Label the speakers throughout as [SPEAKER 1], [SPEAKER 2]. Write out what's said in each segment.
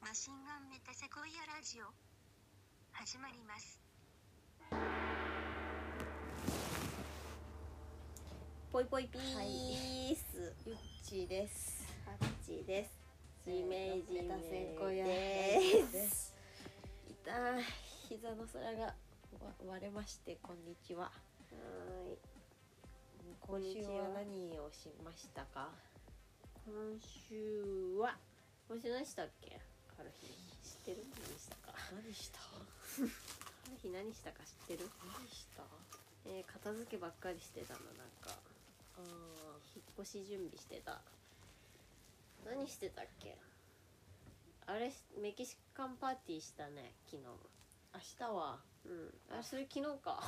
[SPEAKER 1] 発信がメタセコイアラジオ始まります
[SPEAKER 2] ぽいぽいピース、
[SPEAKER 3] ゆっちーです。
[SPEAKER 2] はっちーです
[SPEAKER 3] せ
[SPEAKER 2] ジ
[SPEAKER 3] ーの
[SPEAKER 2] メジメ
[SPEAKER 3] メタセコイア
[SPEAKER 2] で
[SPEAKER 3] です痛い膝の皿がわ割れましてこんにちは。
[SPEAKER 2] はーい
[SPEAKER 3] 今
[SPEAKER 2] こんにち
[SPEAKER 3] 週
[SPEAKER 2] は
[SPEAKER 3] は何をしましたか？
[SPEAKER 2] 今週はもし何したっけある日知ってる何したかあ
[SPEAKER 3] 何した？
[SPEAKER 2] る日何したか知ってる
[SPEAKER 3] 何した？あ
[SPEAKER 2] えー片付けばっかりしてたのなんか
[SPEAKER 3] あ
[SPEAKER 2] 引っ越し準備してた何してたっけあれメキシカンパーティーしたね昨
[SPEAKER 3] 明日は
[SPEAKER 2] 日うんあそれ昨日か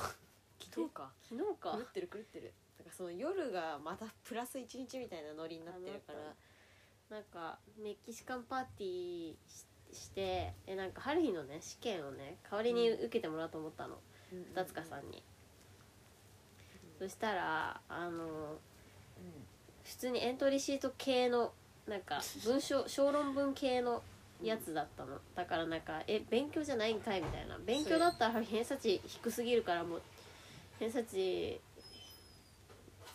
[SPEAKER 3] 昨日か。
[SPEAKER 2] 昨日
[SPEAKER 3] 狂
[SPEAKER 2] か
[SPEAKER 3] ってる狂ってる。なんかその夜がまたプラス一日みたいなノリになってるから
[SPEAKER 2] あ。なんかメキシカンパーティーししてえなんか春日のね試験をね代わりに受けてもらおうと思ったの二塚、さんに、そしたらあの普通にエントリーシート系のなんか 文章小論文系のやつだったのだからなんか「え勉強じゃないんかい」みたいな勉強だったら偏差値低すぎるからもう偏差値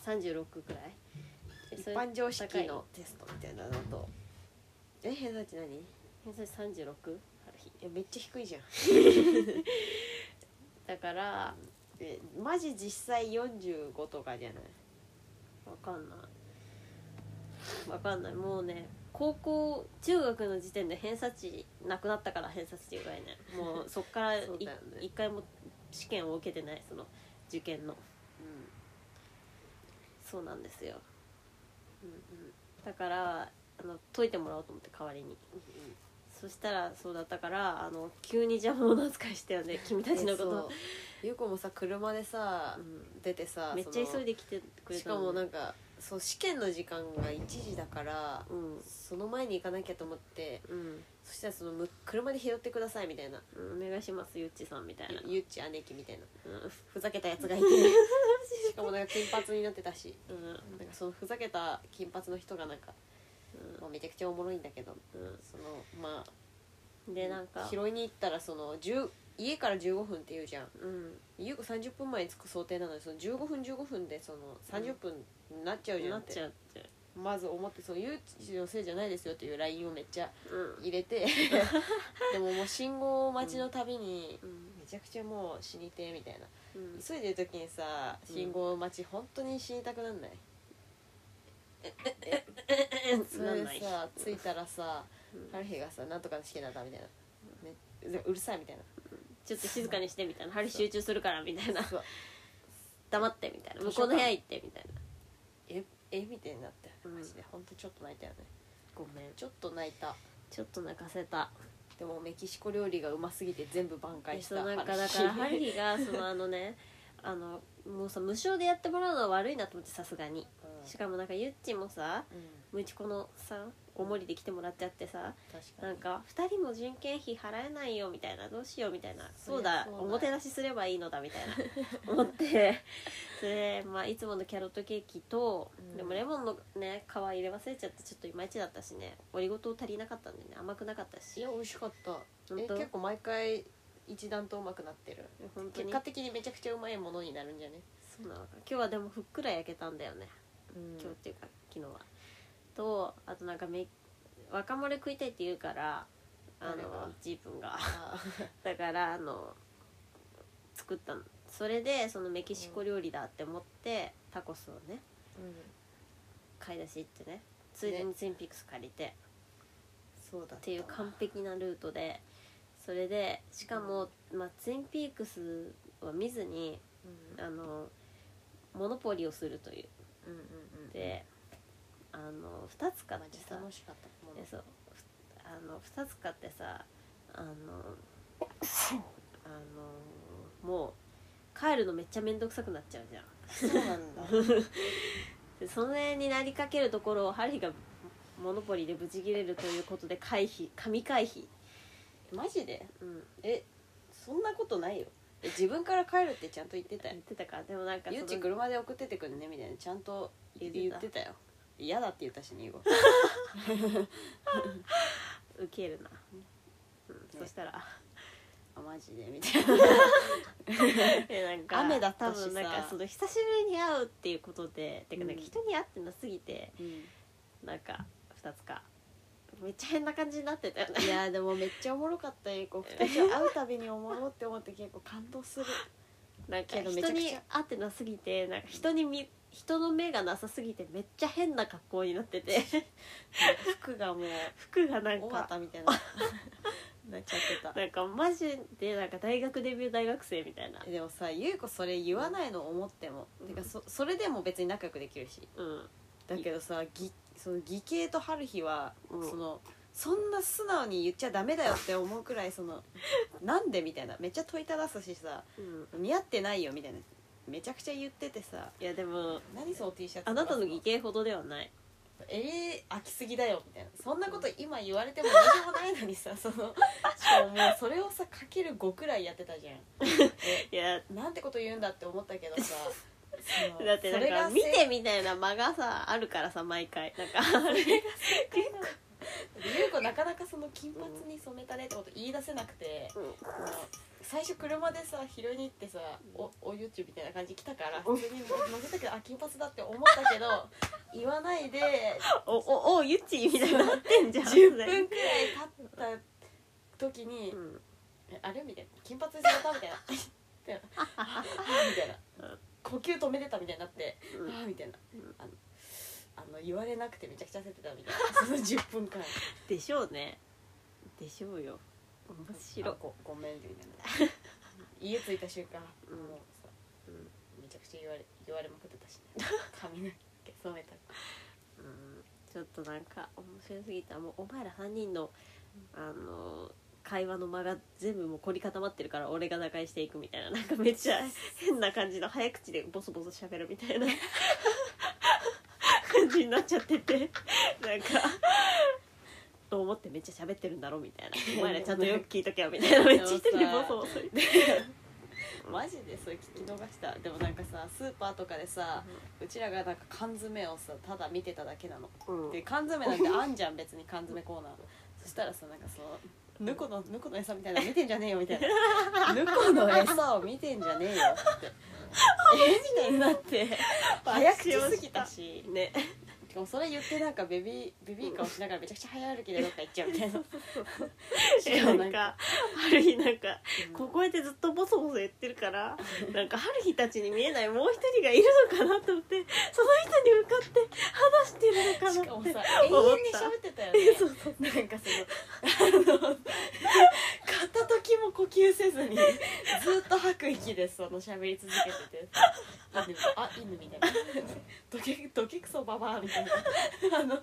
[SPEAKER 2] 36くらいえ
[SPEAKER 3] 一
[SPEAKER 2] それ
[SPEAKER 3] 般常識
[SPEAKER 2] 高い
[SPEAKER 3] のテストみたいなのと。え偏差値何？い
[SPEAKER 2] 偏差値 36? ある日
[SPEAKER 3] やめっちゃ低いじゃん。
[SPEAKER 2] だから
[SPEAKER 3] えマジ実際45とかじゃない？
[SPEAKER 2] わかんないわかんないもうね高校中学の時点で偏差値なくなったから偏差値がねもうそっから い
[SPEAKER 3] そう
[SPEAKER 2] 一、
[SPEAKER 3] だよね
[SPEAKER 2] 回も試験を受けてないその受験の
[SPEAKER 3] うん。
[SPEAKER 2] そうなんですよ、うんうん、だからあの解いてもらおうと思って代わりにそしたらそうだったからあの急に邪魔者扱いしたよね君たちのこ
[SPEAKER 3] えそう
[SPEAKER 2] と、
[SPEAKER 3] ゆうこもさ車でさ、
[SPEAKER 2] うん
[SPEAKER 3] 出てさ
[SPEAKER 2] めっちゃ
[SPEAKER 3] そ
[SPEAKER 2] 急い
[SPEAKER 3] の
[SPEAKER 2] で来てくれ
[SPEAKER 3] したかもなんんかそう試験の時間が1時だから、
[SPEAKER 2] うん
[SPEAKER 3] その前に行かなきゃと思って
[SPEAKER 2] うん、
[SPEAKER 3] そしたらそのむ車で拾ってくださいみたいな
[SPEAKER 2] うん、お願いしますゆっちさんみたいな、
[SPEAKER 3] ゆゆっち姉貴みたいな
[SPEAKER 2] うん
[SPEAKER 3] ふざけたやつがい てしかもなんか金髪になってたし
[SPEAKER 2] うんうん
[SPEAKER 3] なんかそのふざけた金髪の人がなんか、まあ、めちゃくちゃおもろいんだけどそのま
[SPEAKER 2] うん、
[SPEAKER 3] あ
[SPEAKER 2] でなんか、
[SPEAKER 3] 拾いに行ったらその10家から15分って言うじゃん
[SPEAKER 2] うん、
[SPEAKER 3] ゆうこ30分前に着く想定なのにその15分15分でその30分になっちゃうじゃ
[SPEAKER 2] なん
[SPEAKER 3] っ、
[SPEAKER 2] ってちゃうって、
[SPEAKER 3] まず思ってそのゆうちのせいじゃないですよっていう LINE をめっちゃ
[SPEAKER 2] う
[SPEAKER 3] 入れ てでももう信号待ちのたびに、
[SPEAKER 2] ん
[SPEAKER 3] めちゃくちゃもう死にてえみたいな
[SPEAKER 2] うん、
[SPEAKER 3] 急いでる時にさ信号待ち本当に死にたくなんない、そ
[SPEAKER 2] な
[SPEAKER 3] れで
[SPEAKER 2] んない
[SPEAKER 3] さ着いたらさ
[SPEAKER 2] うん
[SPEAKER 3] 春日がさ「なんとかの試験なんだ」みたいな、ね、うるさいみたいな
[SPEAKER 2] ちょっと静かにしてみたいな針集中するからみたいな
[SPEAKER 3] そう
[SPEAKER 2] 黙ってみたいな
[SPEAKER 3] 図
[SPEAKER 2] 向
[SPEAKER 3] 書
[SPEAKER 2] こう
[SPEAKER 3] 館
[SPEAKER 2] の部屋行ってみたいな
[SPEAKER 3] ええみたいになって
[SPEAKER 2] うん
[SPEAKER 3] マジで本当ちょっと泣いたよね
[SPEAKER 2] ごめん
[SPEAKER 3] ちょっと泣いた
[SPEAKER 2] ちょっと泣かせた
[SPEAKER 3] でもメキシコ料理がうますぎて全部挽回し
[SPEAKER 2] そう
[SPEAKER 3] た
[SPEAKER 2] なんかだ
[SPEAKER 3] 話
[SPEAKER 2] からハリーがそのあのねあのもうさ無償でやってもらうのは悪いなと思ってさすがに
[SPEAKER 3] うん
[SPEAKER 2] しかもなんかゆっちもさ
[SPEAKER 3] うん
[SPEAKER 2] むいちこのさおもりで来てもらっちゃってさ、
[SPEAKER 3] 確か
[SPEAKER 2] な
[SPEAKER 3] に
[SPEAKER 2] んか2人も人件費払えないよみたいなどうしようみたいな
[SPEAKER 3] そりゃ
[SPEAKER 2] そうだ
[SPEAKER 3] そうだ
[SPEAKER 2] おもてなしすればいいのだみ たいな思ってそれで、まあ、いつものキャロットケーキと、
[SPEAKER 3] うん
[SPEAKER 2] でもレモンのね皮入れ忘れちゃってちょっといまいちだったしね折りごと足りなかったんでね甘くなかった
[SPEAKER 3] い
[SPEAKER 2] し
[SPEAKER 3] や美味しかったえ
[SPEAKER 2] 本当
[SPEAKER 3] 結構毎回一段とうまくなってる
[SPEAKER 2] 本当
[SPEAKER 3] 結
[SPEAKER 2] に
[SPEAKER 3] 果的にめちゃくちゃうまいものになるんじゃね
[SPEAKER 2] そうなのか今日はでもふっくら焼けたんだよね
[SPEAKER 3] うん
[SPEAKER 2] 今日っていうか昨日は。とあとなんかめ若漏れ食いたいって言うからあ
[SPEAKER 3] 誰
[SPEAKER 2] の
[SPEAKER 3] が
[SPEAKER 2] ジープンが。
[SPEAKER 3] あ
[SPEAKER 2] だからあの作ったのそれでそのメキシコ料理だって思って、タコスをね
[SPEAKER 3] ーうん
[SPEAKER 2] 買い出し行ってねついでにツインピックス借りて、っ
[SPEAKER 3] そうだって
[SPEAKER 2] いう完璧なルートでそれでしかも、まあ、ツインピークスは見ずに
[SPEAKER 3] うん
[SPEAKER 2] あのモノポリをするという
[SPEAKER 3] うんうんうん
[SPEAKER 2] であの2つ買
[SPEAKER 3] ま
[SPEAKER 2] っ
[SPEAKER 3] あ
[SPEAKER 2] て
[SPEAKER 3] 実
[SPEAKER 2] さ
[SPEAKER 3] 際楽しかったも
[SPEAKER 2] え
[SPEAKER 3] の
[SPEAKER 2] そうふあの2つ買ってさあのあのもう帰るのめっちゃ面倒くさくなっちゃうじゃん
[SPEAKER 3] そうなんだ
[SPEAKER 2] でそれになりかけるところをハリーがモノポリでブチ切れるということで回避神回避
[SPEAKER 3] マジで
[SPEAKER 2] うん
[SPEAKER 3] えそんなことないよえ自分から帰るってちゃんと言ってた
[SPEAKER 2] 言
[SPEAKER 3] よ
[SPEAKER 2] ってたからでもなんかそ
[SPEAKER 3] ゆう
[SPEAKER 2] の
[SPEAKER 3] ち車で送ってってくんねみたいなちゃんと言って
[SPEAKER 2] 言
[SPEAKER 3] 言っ
[SPEAKER 2] っ
[SPEAKER 3] ててたよ 嫌だって言ったしねゆうこ
[SPEAKER 2] ウケるなうんそしたら
[SPEAKER 3] あマジ でみたいな
[SPEAKER 2] えなんか
[SPEAKER 3] 雨だったしさ
[SPEAKER 2] 多分なんかその久しぶりに会うっていうことでてかなんか
[SPEAKER 3] うん
[SPEAKER 2] 人に会ってなすぎて、なんか2つかめっちゃ変な感じになってたよ ね
[SPEAKER 3] いやでもめっちゃおもろかったよこう2人が会うたびにおもろって思って結構感動 する
[SPEAKER 2] なんか
[SPEAKER 3] けどめちゃ
[SPEAKER 2] 人
[SPEAKER 3] くちゃ
[SPEAKER 2] に会ってなすぎてなんか人にみ人の目がなさすぎてめっちゃ変な格好になってて
[SPEAKER 3] 服がもう
[SPEAKER 2] 服がなん
[SPEAKER 3] 終わっ
[SPEAKER 2] か
[SPEAKER 3] たみたいな なっちゃってた
[SPEAKER 2] なんかマジでなんか大学デビュー大学生みたいな
[SPEAKER 3] でもさ優子それ言わないの思っても、
[SPEAKER 2] うん
[SPEAKER 3] てかそそれでも別に仲良くできるし
[SPEAKER 2] うん
[SPEAKER 3] だけどさぎその義兄と春日は、
[SPEAKER 2] うん
[SPEAKER 3] そのそんな素直に言っちゃダメだよって思うくらいそのなんでみたいなめっちゃ問いただすしさ
[SPEAKER 2] うん
[SPEAKER 3] 似合ってないよみたいなめちゃくちゃ言っててさ
[SPEAKER 2] いやでも
[SPEAKER 3] 何その T シャツ
[SPEAKER 2] あなたの偽計ほどではない
[SPEAKER 3] えー、飽きすぎだよみたいなそんなこと今言われても何でもないのにさそのしかももうそれをさかける5くらいやってたじゃんえ
[SPEAKER 2] いや
[SPEAKER 3] なんてこと言うんだって思ったけどさその
[SPEAKER 2] だってな
[SPEAKER 3] それが
[SPEAKER 2] んか
[SPEAKER 3] 正
[SPEAKER 2] 見てみたいな間がさあるからさ毎回なんか
[SPEAKER 3] 解なの優子なかなかその金髪に染めたねってこと言い出せなくて、あの最初車でさ拾いに行ってさおおゆっちゅみたいな感じ来たから普通に乗せたけどあ金髪だって思ったけど言わないで
[SPEAKER 2] おおおゆっちーみたいになってんじゃん
[SPEAKER 3] 10分くらい経った時に
[SPEAKER 2] う、ん
[SPEAKER 3] えあれみたいな金髪にされたみ たいなみたいなみたいな呼吸止めてたみたいになって、
[SPEAKER 2] うん
[SPEAKER 3] ああみたいな、
[SPEAKER 2] うん
[SPEAKER 3] あのあの言われなくてめちゃくちゃ焦ってたみたいなその10分間
[SPEAKER 2] でしょうねでしょうよ面白い
[SPEAKER 3] あごごめんみたいな 家着いた瞬間、
[SPEAKER 2] うん
[SPEAKER 3] もうさ、
[SPEAKER 2] うん
[SPEAKER 3] めちゃくちゃ言われ言われまくってたし、 ね、髪の毛染めた
[SPEAKER 2] うんちょっとなんか面白すぎたもうお前ら3人のあの会話の間が全部もう凝り固まってるから俺が打開していくみたいななんかめっちゃ変な感じの早口でボソボソ喋るみたいな感じになっちゃっててなんかと思ってめっちゃ喋ってるんだろうみたいなお前らちゃんとよく聞いとけよみたいなめっちゃ一人でボソボソ言って
[SPEAKER 3] マジでそれ聞き逃したでもなんかさスーパーとかでさ、うちらがなんか缶詰をさただ見てただけなので缶詰なんてあんじゃん別に缶詰 コーナーそしたらさなんかそのぬこのぬこの餌みたいなの見てんじゃねえよ みたいなぬこの餌を見てんじゃねえよって えみたいになって早口すぎたし
[SPEAKER 2] ね
[SPEAKER 3] しかもそれ言ってなんかベビーベビー顔しながらめちゃくちゃ早歩きでどっか行っちゃうみたいなしか
[SPEAKER 2] な
[SPEAKER 3] も
[SPEAKER 2] ん かある日なんか
[SPEAKER 3] うん
[SPEAKER 2] ここやってずっとボソボソ言ってるからなんか春日たちに見えないもう一人がいるのかなと思ってその人に向かって話してるのかな
[SPEAKER 3] し
[SPEAKER 2] って
[SPEAKER 3] かもさ永
[SPEAKER 2] 思
[SPEAKER 3] 遠
[SPEAKER 2] っ
[SPEAKER 3] に
[SPEAKER 2] た
[SPEAKER 3] 喋って たよ
[SPEAKER 2] そ
[SPEAKER 3] ね
[SPEAKER 2] うそう
[SPEAKER 3] なんかそのあの片時も呼吸せ ずにずっと吐く息でその喋り続けてて犬あ犬み たいなどけどけくそババアみたいな あの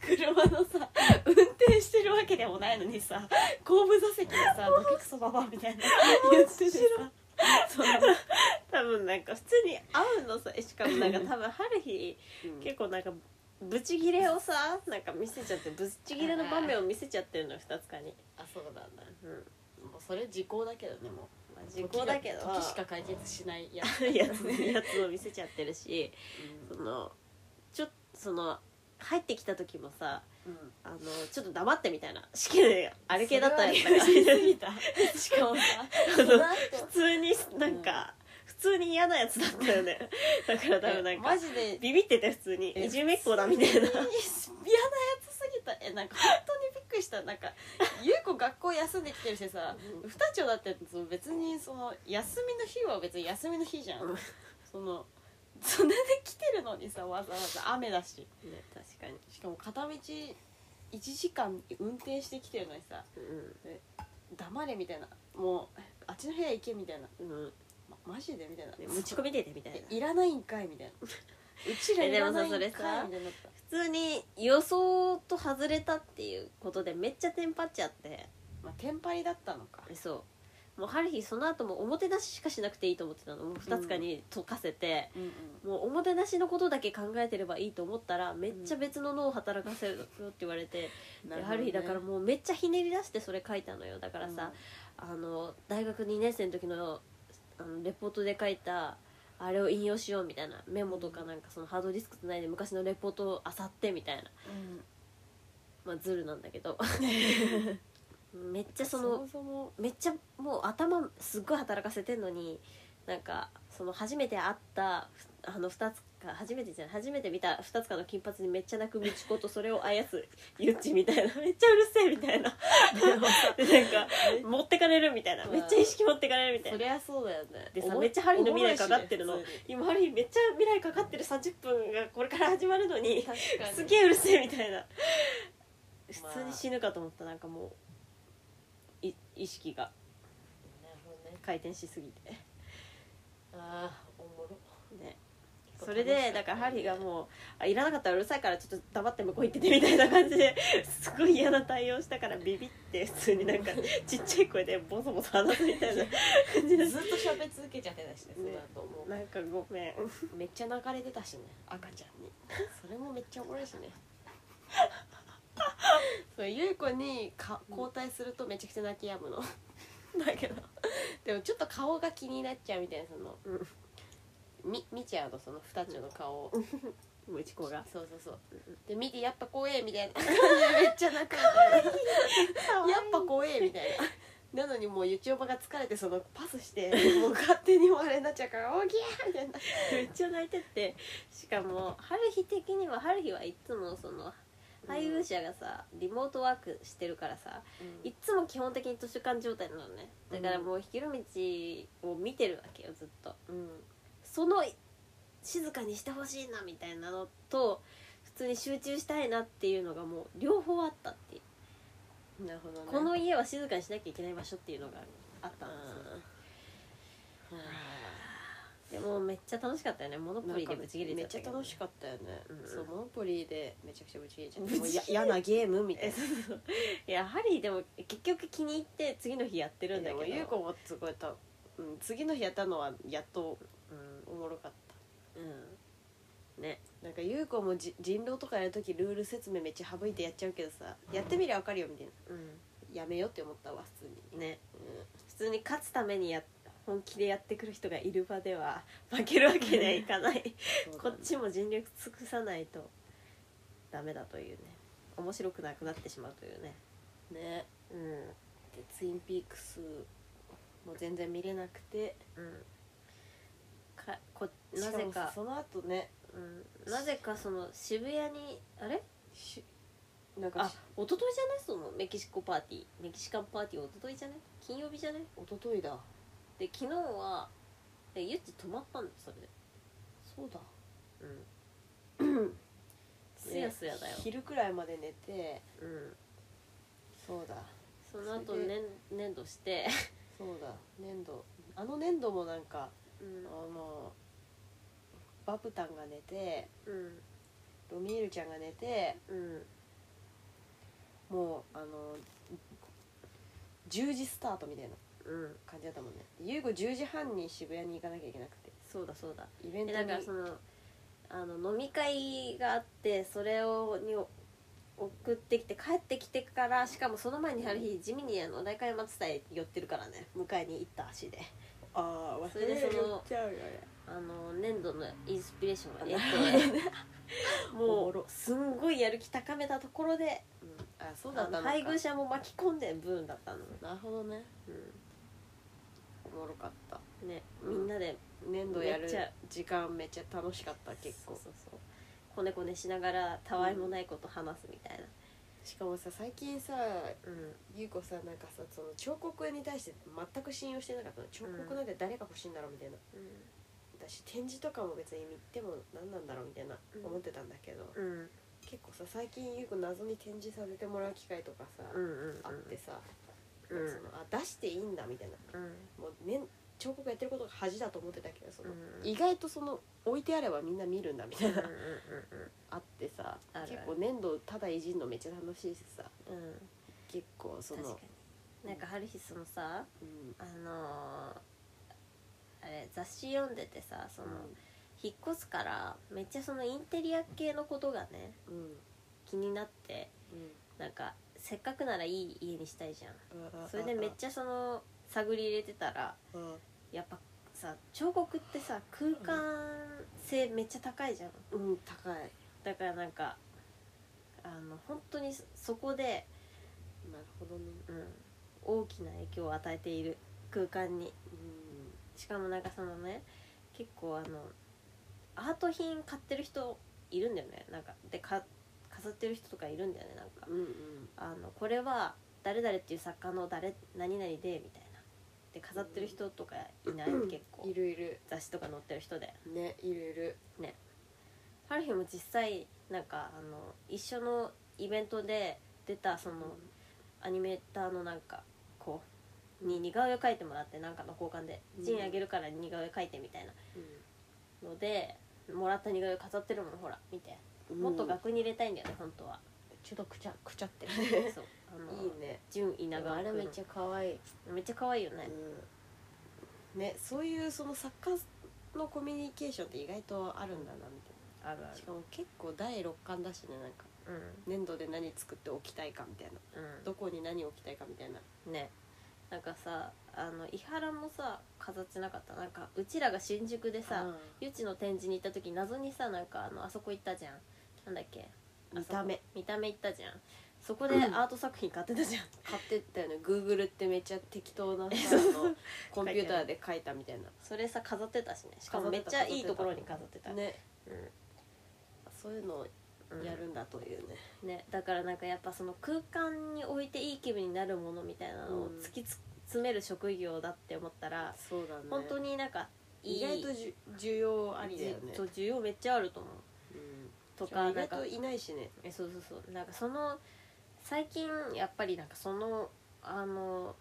[SPEAKER 3] 車のさ運転してるわけでもないのにさ後部座席でさどけくそババアみたいな言っててさその
[SPEAKER 2] 多分なんか普通に会うのさしかもなんか多分春日結構なんかブチギレをさなんか見せちゃってブチギレの場面を見せちゃってるの二つかに、
[SPEAKER 3] あそうなんだ
[SPEAKER 2] うん
[SPEAKER 3] もうそれ時効だけどねもう
[SPEAKER 2] まあ、時効だけど
[SPEAKER 3] 時しか解決し ないやつ
[SPEAKER 2] やつやつを見せちゃってるしそのちょっとその入ってきた時もさ
[SPEAKER 3] うんうん
[SPEAKER 2] あのちょっと黙ってみたいな試験であれ系だったやつ
[SPEAKER 3] そ
[SPEAKER 2] だ
[SPEAKER 3] れ
[SPEAKER 2] か
[SPEAKER 3] は理
[SPEAKER 2] ら
[SPEAKER 3] 不尽す
[SPEAKER 2] 普
[SPEAKER 3] ぎた しかもさ
[SPEAKER 2] の
[SPEAKER 3] その後
[SPEAKER 2] 通になんか、普通に嫌なやつだっ たよねだから多分なんか
[SPEAKER 3] マジで
[SPEAKER 2] ビビってて普通に
[SPEAKER 3] え
[SPEAKER 2] いじめっ子だみたいな
[SPEAKER 3] 普通に嫌なやつすぎたえなんか本当にびっくりしたなんか優子学校休んできてるしさ
[SPEAKER 2] う
[SPEAKER 3] 二丁だってその別にその休みの日は別に休みの日じゃん
[SPEAKER 2] うん
[SPEAKER 3] そのそれで来てるのにさわざわざ雨だし
[SPEAKER 2] ね確かに、
[SPEAKER 3] しかも片道1時間運転してきてるのにさ黙れみたいなもうあっちの部屋行けみたいな、
[SPEAKER 2] うんうん
[SPEAKER 3] まマジでみたいな
[SPEAKER 2] ね持ち込み出てみたいな
[SPEAKER 3] えいらないんかいみたいな うちらいらないんかいみたいになっ
[SPEAKER 2] 普通に予想と外れたっていうことでめっちゃテンパっちゃって
[SPEAKER 3] たまあテンパりだったのか
[SPEAKER 2] そうもう春日その後もおもてなししかしなくていいと思ってたのもう二つかに溶かせて、
[SPEAKER 3] うんうん
[SPEAKER 2] もうおもてなしのことだけ考えてればいいと思ったらめっちゃ別の脳を働かせるよって言われて、でハリーだからもうめっちゃひねり出してそれ書いたのよだからさ、あの大学2年生の時のあのレポートで書いたあれを引用しようみたいなメモとかなんかそのハードディスクつないで昔のレポートを漁ってみたい
[SPEAKER 3] う
[SPEAKER 2] な、
[SPEAKER 3] ん
[SPEAKER 2] まあ、ズルなんだけど めっちゃ
[SPEAKER 3] そ
[SPEAKER 2] その
[SPEAKER 3] もそも
[SPEAKER 2] めっちゃもう頭すっごい働かせてんのになんかその初めて会ったあの2つか初めてじゃない初めて見た2つかの金髪にめっちゃ泣くみちことそれを操る ゆっちみたいなめっちゃうるせえみたいなで なんか持ってかれるみたいなめっちゃ意識持ってかれるみたい
[SPEAKER 3] そ
[SPEAKER 2] な
[SPEAKER 3] りゃそうだよね
[SPEAKER 2] でさ
[SPEAKER 3] おも
[SPEAKER 2] めっちゃハリーの未来かかってる
[SPEAKER 3] お
[SPEAKER 2] の
[SPEAKER 3] もろいしね
[SPEAKER 2] 今ハリーめっちゃ未来かかってる30分がこれから始まるのに
[SPEAKER 3] 普通に確かに
[SPEAKER 2] すげえうるせえみたいな普通に死ぬかと思ったなんかもうい意識が
[SPEAKER 3] なるほどね
[SPEAKER 2] 回転しすぎて
[SPEAKER 3] ああおもろ
[SPEAKER 2] ねそれでだからハリーがもうあいらなかったらうるさいからちょっと黙って向こう行っててみたいな感じで すごい嫌な対応したからビビって普通になん かちっちゃい声でボソボソ話すみたいな 感
[SPEAKER 3] ず
[SPEAKER 2] じで
[SPEAKER 3] っと喋り続けちゃってたしねその後も
[SPEAKER 2] なんかごめん
[SPEAKER 3] うめっちゃ泣かれてたしね赤ちゃんにそれもめっちゃおもろい しねそうゆい子にか交代するとめちゃくちゃ泣き止む のだけどでもちょっと顔が気になっちゃうみたいなその、み見ちゃうのその二つの顔を、
[SPEAKER 2] ムチ子が
[SPEAKER 3] そうそうそうで見てやっぱ怖えみたいなめっちゃ泣くみたいなやっぱ怖えみたいな。なのにもうゆちおばが疲れてそのパスしてもう勝手にもうあれになっちゃうから「おぎゃ!」みたいな
[SPEAKER 2] めっちゃ泣いてってしかも春日的には春日はいつもその配偶者がさリモートワークしてるからさいっつも基本的に図書館状態なのねだからもうひろみちを見てるわけよずっと
[SPEAKER 3] うん
[SPEAKER 2] その静かにしてほしいなみたいなのと普通に集中したいなっていうのがもう両方あったっていう
[SPEAKER 3] なるほどね
[SPEAKER 2] この家は静かにしなきゃいけない場所っていうのがあった
[SPEAKER 3] うん
[SPEAKER 2] ですよ
[SPEAKER 3] ん
[SPEAKER 2] でもめっちゃ楽しかったよねモノポリでブチ切れ
[SPEAKER 3] め
[SPEAKER 2] ちゃ
[SPEAKER 3] っ
[SPEAKER 2] った
[SPEAKER 3] ちゃ
[SPEAKER 2] けど
[SPEAKER 3] 楽しかったよね、
[SPEAKER 2] うん
[SPEAKER 3] そうモノポリーでめちゃくちゃぶち切れちゃっ
[SPEAKER 2] ぶち
[SPEAKER 3] ても
[SPEAKER 2] 切れ
[SPEAKER 3] うや嫌なゲームみたい
[SPEAKER 2] え
[SPEAKER 3] な
[SPEAKER 2] そうそういやハリーでも結局気に入って次の日やってるんだ
[SPEAKER 3] で
[SPEAKER 2] け
[SPEAKER 3] も
[SPEAKER 2] ど
[SPEAKER 3] ゆう子もすごいた、うん、次の日やったのはやっと
[SPEAKER 2] うん
[SPEAKER 3] おもろかった
[SPEAKER 2] うんね
[SPEAKER 3] なんかゆう子もじ人狼とかやるときルール説明めっちゃ省いてやっちゃうけどさやってみりゃわかるよみたいな
[SPEAKER 2] う
[SPEAKER 3] やめようって思ったわ普通に
[SPEAKER 2] んね普通に勝つためにや本気でやってくる人がいる場では負けるわけにはいかないこっちも尽力尽くさないとダメだというね面白くなくなってしまうというね
[SPEAKER 3] ね
[SPEAKER 2] う
[SPEAKER 3] でツインピークスも全然見れなくて
[SPEAKER 2] んうんかこ
[SPEAKER 3] な
[SPEAKER 2] な
[SPEAKER 3] ぜ
[SPEAKER 2] ぜ
[SPEAKER 3] か
[SPEAKER 2] か
[SPEAKER 3] その後ね
[SPEAKER 2] うん、なぜかその渋谷にあれ
[SPEAKER 3] しなんか
[SPEAKER 2] あ
[SPEAKER 3] し
[SPEAKER 2] 一昨日じゃないそのメキシコパーティーメキシカンパーティー一昨日じゃない金曜日じゃない
[SPEAKER 3] 一昨日だ
[SPEAKER 2] で昨日はでゆっち泊まったんだそれで
[SPEAKER 3] そうだ
[SPEAKER 2] うんすやすやだよ
[SPEAKER 3] ね、昼くらいまで寝て
[SPEAKER 2] うん、
[SPEAKER 3] そうだ
[SPEAKER 2] その後
[SPEAKER 3] それで
[SPEAKER 2] ね粘土して、
[SPEAKER 3] そうだ粘土あの粘土もなんか
[SPEAKER 2] うん
[SPEAKER 3] あのバプタンが寝て
[SPEAKER 2] うん
[SPEAKER 3] ロミールちゃんが寝て
[SPEAKER 2] うん
[SPEAKER 3] もうあの10時スタートみたいな
[SPEAKER 2] うん
[SPEAKER 3] 感じだったもんねゆう子10時半に渋谷に行かなきゃいけなくて
[SPEAKER 2] そうだそうだ
[SPEAKER 3] イベント
[SPEAKER 2] え
[SPEAKER 3] に
[SPEAKER 2] だからそのあの飲み会があってそれをに送ってきて帰ってきてからしかもその前にある日地味にあの代官山伝え寄ってるからね迎えに行った足で
[SPEAKER 3] ああ
[SPEAKER 2] それでその
[SPEAKER 3] ちゃうよね
[SPEAKER 2] あの粘土のインスピレーションを得て
[SPEAKER 3] お
[SPEAKER 2] も
[SPEAKER 3] も
[SPEAKER 2] う
[SPEAKER 3] ろ
[SPEAKER 2] すんごいやる気高めたところで
[SPEAKER 3] あそうだ
[SPEAKER 2] あ
[SPEAKER 3] った
[SPEAKER 2] の
[SPEAKER 3] のか
[SPEAKER 2] 配偶者も巻き込んでブーンだったの、
[SPEAKER 3] なるほどねお
[SPEAKER 2] う
[SPEAKER 3] もろかった
[SPEAKER 2] ん、ねみんなで
[SPEAKER 3] 粘土や
[SPEAKER 2] め
[SPEAKER 3] る
[SPEAKER 2] っちゃ
[SPEAKER 3] 時間めっちゃ楽しかった結構
[SPEAKER 2] そうそうそうこねこねしながらたわいもないこと話すみたいな、
[SPEAKER 3] しかもさ最近さ
[SPEAKER 2] うん、
[SPEAKER 3] ゆう子さなんかさその彫刻に対して全く信用してなかったの彫刻なんて誰が欲しいんだろうみたいな、私展示とかも別に見ても何なんだろうみたいな
[SPEAKER 2] うん
[SPEAKER 3] 思ってたんだけど、
[SPEAKER 2] うんうん
[SPEAKER 3] 結構さ最近ゆう子謎に展示させてもらう機会とかさ、
[SPEAKER 2] うんうん
[SPEAKER 3] あってさ、
[SPEAKER 2] うん
[SPEAKER 3] そのあ出していいんだみたいな
[SPEAKER 2] うん
[SPEAKER 3] もう、ね、彫刻やってることが恥だと思ってたけどその、
[SPEAKER 2] うん
[SPEAKER 3] 意外とその置いてあればみんな見るんだみ たいな、
[SPEAKER 2] うんうん
[SPEAKER 3] あってさ
[SPEAKER 2] あるある
[SPEAKER 3] 結構粘土ただいじんのめっちゃ楽しいしさ
[SPEAKER 2] うんうん
[SPEAKER 3] 結構そ
[SPEAKER 2] 確
[SPEAKER 3] の
[SPEAKER 2] かになんかある日そのさ
[SPEAKER 3] うん
[SPEAKER 2] あのーあれ雑誌読んでてさその、引っ越すからめっちゃそのインテリア系のことがね
[SPEAKER 3] うんうん
[SPEAKER 2] 気になってなんかせっかくならいい家にしたいじゃん
[SPEAKER 3] うん
[SPEAKER 2] それでめっちゃその探り入れてたら
[SPEAKER 3] ゃうん
[SPEAKER 2] やっぱさ彫刻ってさ空間性めっちゃ高いじゃん
[SPEAKER 3] うん高い
[SPEAKER 2] だからなんかあの本当にそそこでなるほどね、うん、大きな影響を与えている空間にしかもなんかそのね結構あのアート品買ってる人いるんだよねなんかでか飾ってる人とかいるんだよねなんか
[SPEAKER 3] うんうん
[SPEAKER 2] あのこれは誰々っていう作家の誰何々でみたいなで飾ってる人とかいない、
[SPEAKER 3] うん
[SPEAKER 2] 結構
[SPEAKER 4] いるいる
[SPEAKER 2] 雑誌とか載ってる人で
[SPEAKER 4] ねいるいる
[SPEAKER 2] ハルヒも実際なんかあの一緒のイベントで出たそのアニメーターのなんかこうに似顔絵描いてもらってなんかの交換で「
[SPEAKER 3] うん
[SPEAKER 2] ジンあげるから似顔絵描いて」みたいなのでもらった似顔絵飾ってるもんほら見て
[SPEAKER 3] うん
[SPEAKER 2] もっと額に入れたいんだよね本 当は
[SPEAKER 4] ちょっとくちゃくちゃって
[SPEAKER 2] そうあ
[SPEAKER 3] い
[SPEAKER 2] の
[SPEAKER 3] いね、
[SPEAKER 2] 純稲川
[SPEAKER 4] あれ
[SPEAKER 2] 君
[SPEAKER 4] めっちゃ可愛い
[SPEAKER 2] めっちゃ可愛いよね
[SPEAKER 3] うん、ねそういうその作家のコミュニケーションって意外とあるんだなみたい
[SPEAKER 2] あるあ
[SPEAKER 3] なし
[SPEAKER 2] る
[SPEAKER 3] かも結構第六感だしねなんか
[SPEAKER 2] うん
[SPEAKER 3] 粘土で何作っておきたいかみたいなどこに何置きたいかみたいな
[SPEAKER 2] うんねなんかさあの伊原もさ飾ってなかったなんかうちらが新宿でさ、
[SPEAKER 3] さ
[SPEAKER 2] ゆちの展示に行った時謎にさなんかあのあそこ行ったじゃんなんだっけあ
[SPEAKER 3] 見た目
[SPEAKER 2] そこ見た目行ったじゃんそこでアート作品買ってたじゃん、
[SPEAKER 3] 買ってったよね Google ってめっちゃ適当なさあのコンピューターで書いたみたい
[SPEAKER 2] それさ飾ってたしねしかもめっちゃいいところに飾ってた
[SPEAKER 3] なね
[SPEAKER 2] う
[SPEAKER 3] そういうのを
[SPEAKER 2] んうん
[SPEAKER 3] やるんだというね、
[SPEAKER 2] ねだからなんかやっぱその空間に置いていい気分になるものみたいなのを
[SPEAKER 3] うん
[SPEAKER 2] 突きつ詰める職業だって思ったら、
[SPEAKER 3] そうだね
[SPEAKER 2] 本当になんかいい
[SPEAKER 3] 意外とじゅ需要ありだよね
[SPEAKER 2] じそう需要めっちゃあると思う
[SPEAKER 3] うん
[SPEAKER 2] と
[SPEAKER 3] しかも意
[SPEAKER 2] かなん
[SPEAKER 3] 外
[SPEAKER 2] か
[SPEAKER 3] といないしね
[SPEAKER 2] えそうそうそうなんかその最近やっぱりなんかそのあの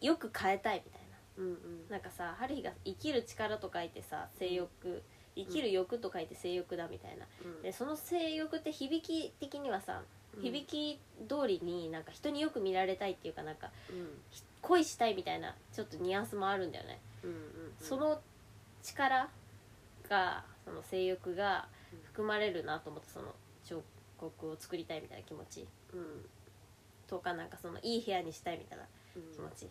[SPEAKER 2] よく変えたいみたい
[SPEAKER 3] うんうん
[SPEAKER 2] ななんかさ春日が「生きる力」と書いてさ「性欲」生きる欲」と書いて「性欲」だみたいな
[SPEAKER 3] うん
[SPEAKER 2] でその性欲って響き的にはさ
[SPEAKER 3] うん
[SPEAKER 2] 響き通りになんか人によく見られたいっていうかなんか
[SPEAKER 3] うん
[SPEAKER 2] ひ恋したいみたいなちょっとニュアンスもあるんだよね
[SPEAKER 3] うんうん
[SPEAKER 2] その力がその性欲が含まれるなと思ってその彫刻を作りたいみたいな気持ち
[SPEAKER 3] うん
[SPEAKER 2] とかなんかそのいい部屋にしたいみたいな
[SPEAKER 3] うん
[SPEAKER 2] 気持ち、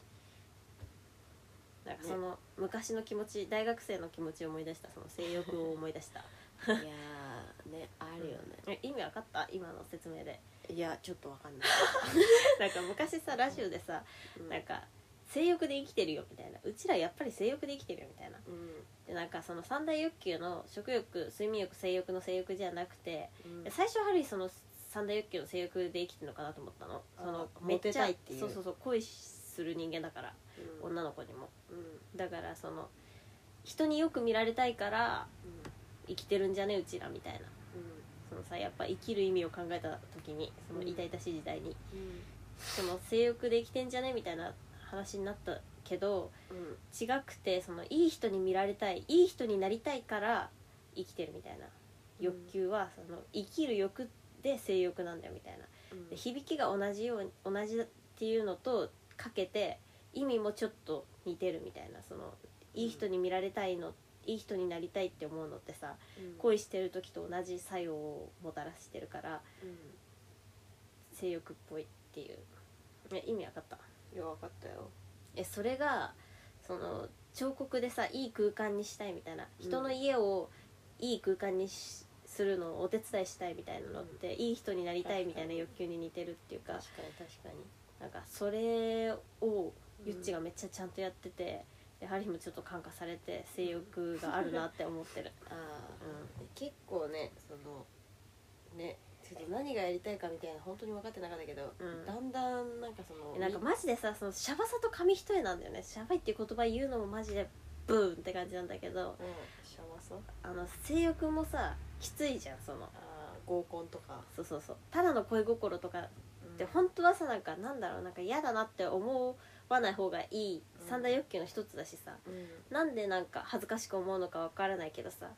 [SPEAKER 2] なんかその昔の気持ち大学生の気持ちを思い出したその性欲を思い出し た
[SPEAKER 3] いやーねあるよね、
[SPEAKER 2] え意味わかった今の説明 で
[SPEAKER 3] いやちょっとわかんない、
[SPEAKER 2] なんか昔さラジオでさ
[SPEAKER 3] うん
[SPEAKER 2] なんか性欲で生きてるよみたいなうちらやっぱり性欲で生きてるよみたいな
[SPEAKER 3] うん
[SPEAKER 2] でなんかその三大欲求の食欲睡眠欲性欲の性欲じゃなくて
[SPEAKER 3] うん
[SPEAKER 2] で最初はるいその三大欲求の性欲で生きてるのかなと思ったのその
[SPEAKER 3] あモテたいっていう
[SPEAKER 2] そうそうそう恋する人間だから、
[SPEAKER 3] うん
[SPEAKER 2] 女の子にも
[SPEAKER 3] うん
[SPEAKER 2] だからその人によく見られたいから
[SPEAKER 3] うん
[SPEAKER 2] 生きてるんじゃねうちらみたいな
[SPEAKER 3] う
[SPEAKER 2] そのさやっぱ生きる意味を考えた時にその
[SPEAKER 3] うん
[SPEAKER 2] 痛々しい時代に、
[SPEAKER 3] ん
[SPEAKER 2] その性欲で生きてんじゃねみたいな話になったけど
[SPEAKER 3] うん
[SPEAKER 2] 違くてそのいい人に見られたいいい人になりたいから生きてるみたいな欲求は、その生きる欲で性欲なんだよみたいな
[SPEAKER 3] うん
[SPEAKER 2] で響きが同じように同じっていうのとかけて意味もちょっと似てるみたいなそのいい人に見られたいの、いい人になりたいって思うのってさ
[SPEAKER 3] うん
[SPEAKER 2] 恋してる時と同じ作用をもたらしてるから
[SPEAKER 3] うん
[SPEAKER 2] 性欲っぽいっていうえ意味わかった
[SPEAKER 3] いやわかったよ
[SPEAKER 2] えそれがその彫刻でさいい空間にしたいみたいな
[SPEAKER 3] うん
[SPEAKER 2] 人の家をいい空間にしするのをお手伝いしたいみたいなのって、いい人になりたいみたいな欲求に似てるっていうか
[SPEAKER 3] 確かに確かに
[SPEAKER 2] なんかそれをゆっち
[SPEAKER 3] が
[SPEAKER 2] がめっちゃちゃんとやってて、でハリーもちょっと感化されて性欲があるなって思ってる
[SPEAKER 3] あー結構ねそのねちょっと何がやりたいかみたいな本当に分かってなかったけど、
[SPEAKER 2] うん
[SPEAKER 3] だんだんなんかその
[SPEAKER 2] えなんかマジでさそのシャバさと紙一重なんだよねシャバいっていう言葉言うのもマジでブーンって感じなんだけど
[SPEAKER 3] うんシャワソ
[SPEAKER 2] あの性欲もさきついじゃんその
[SPEAKER 3] あー合コンとか
[SPEAKER 2] そうそうそうただの恋心とかって本当はさなんかなんだろうなんか嫌だなって思わない方がいい
[SPEAKER 3] うん
[SPEAKER 2] 三大欲求の一つだしさ
[SPEAKER 3] うんうん
[SPEAKER 2] なんでなんか恥ずかしく思うのかわからないけどさ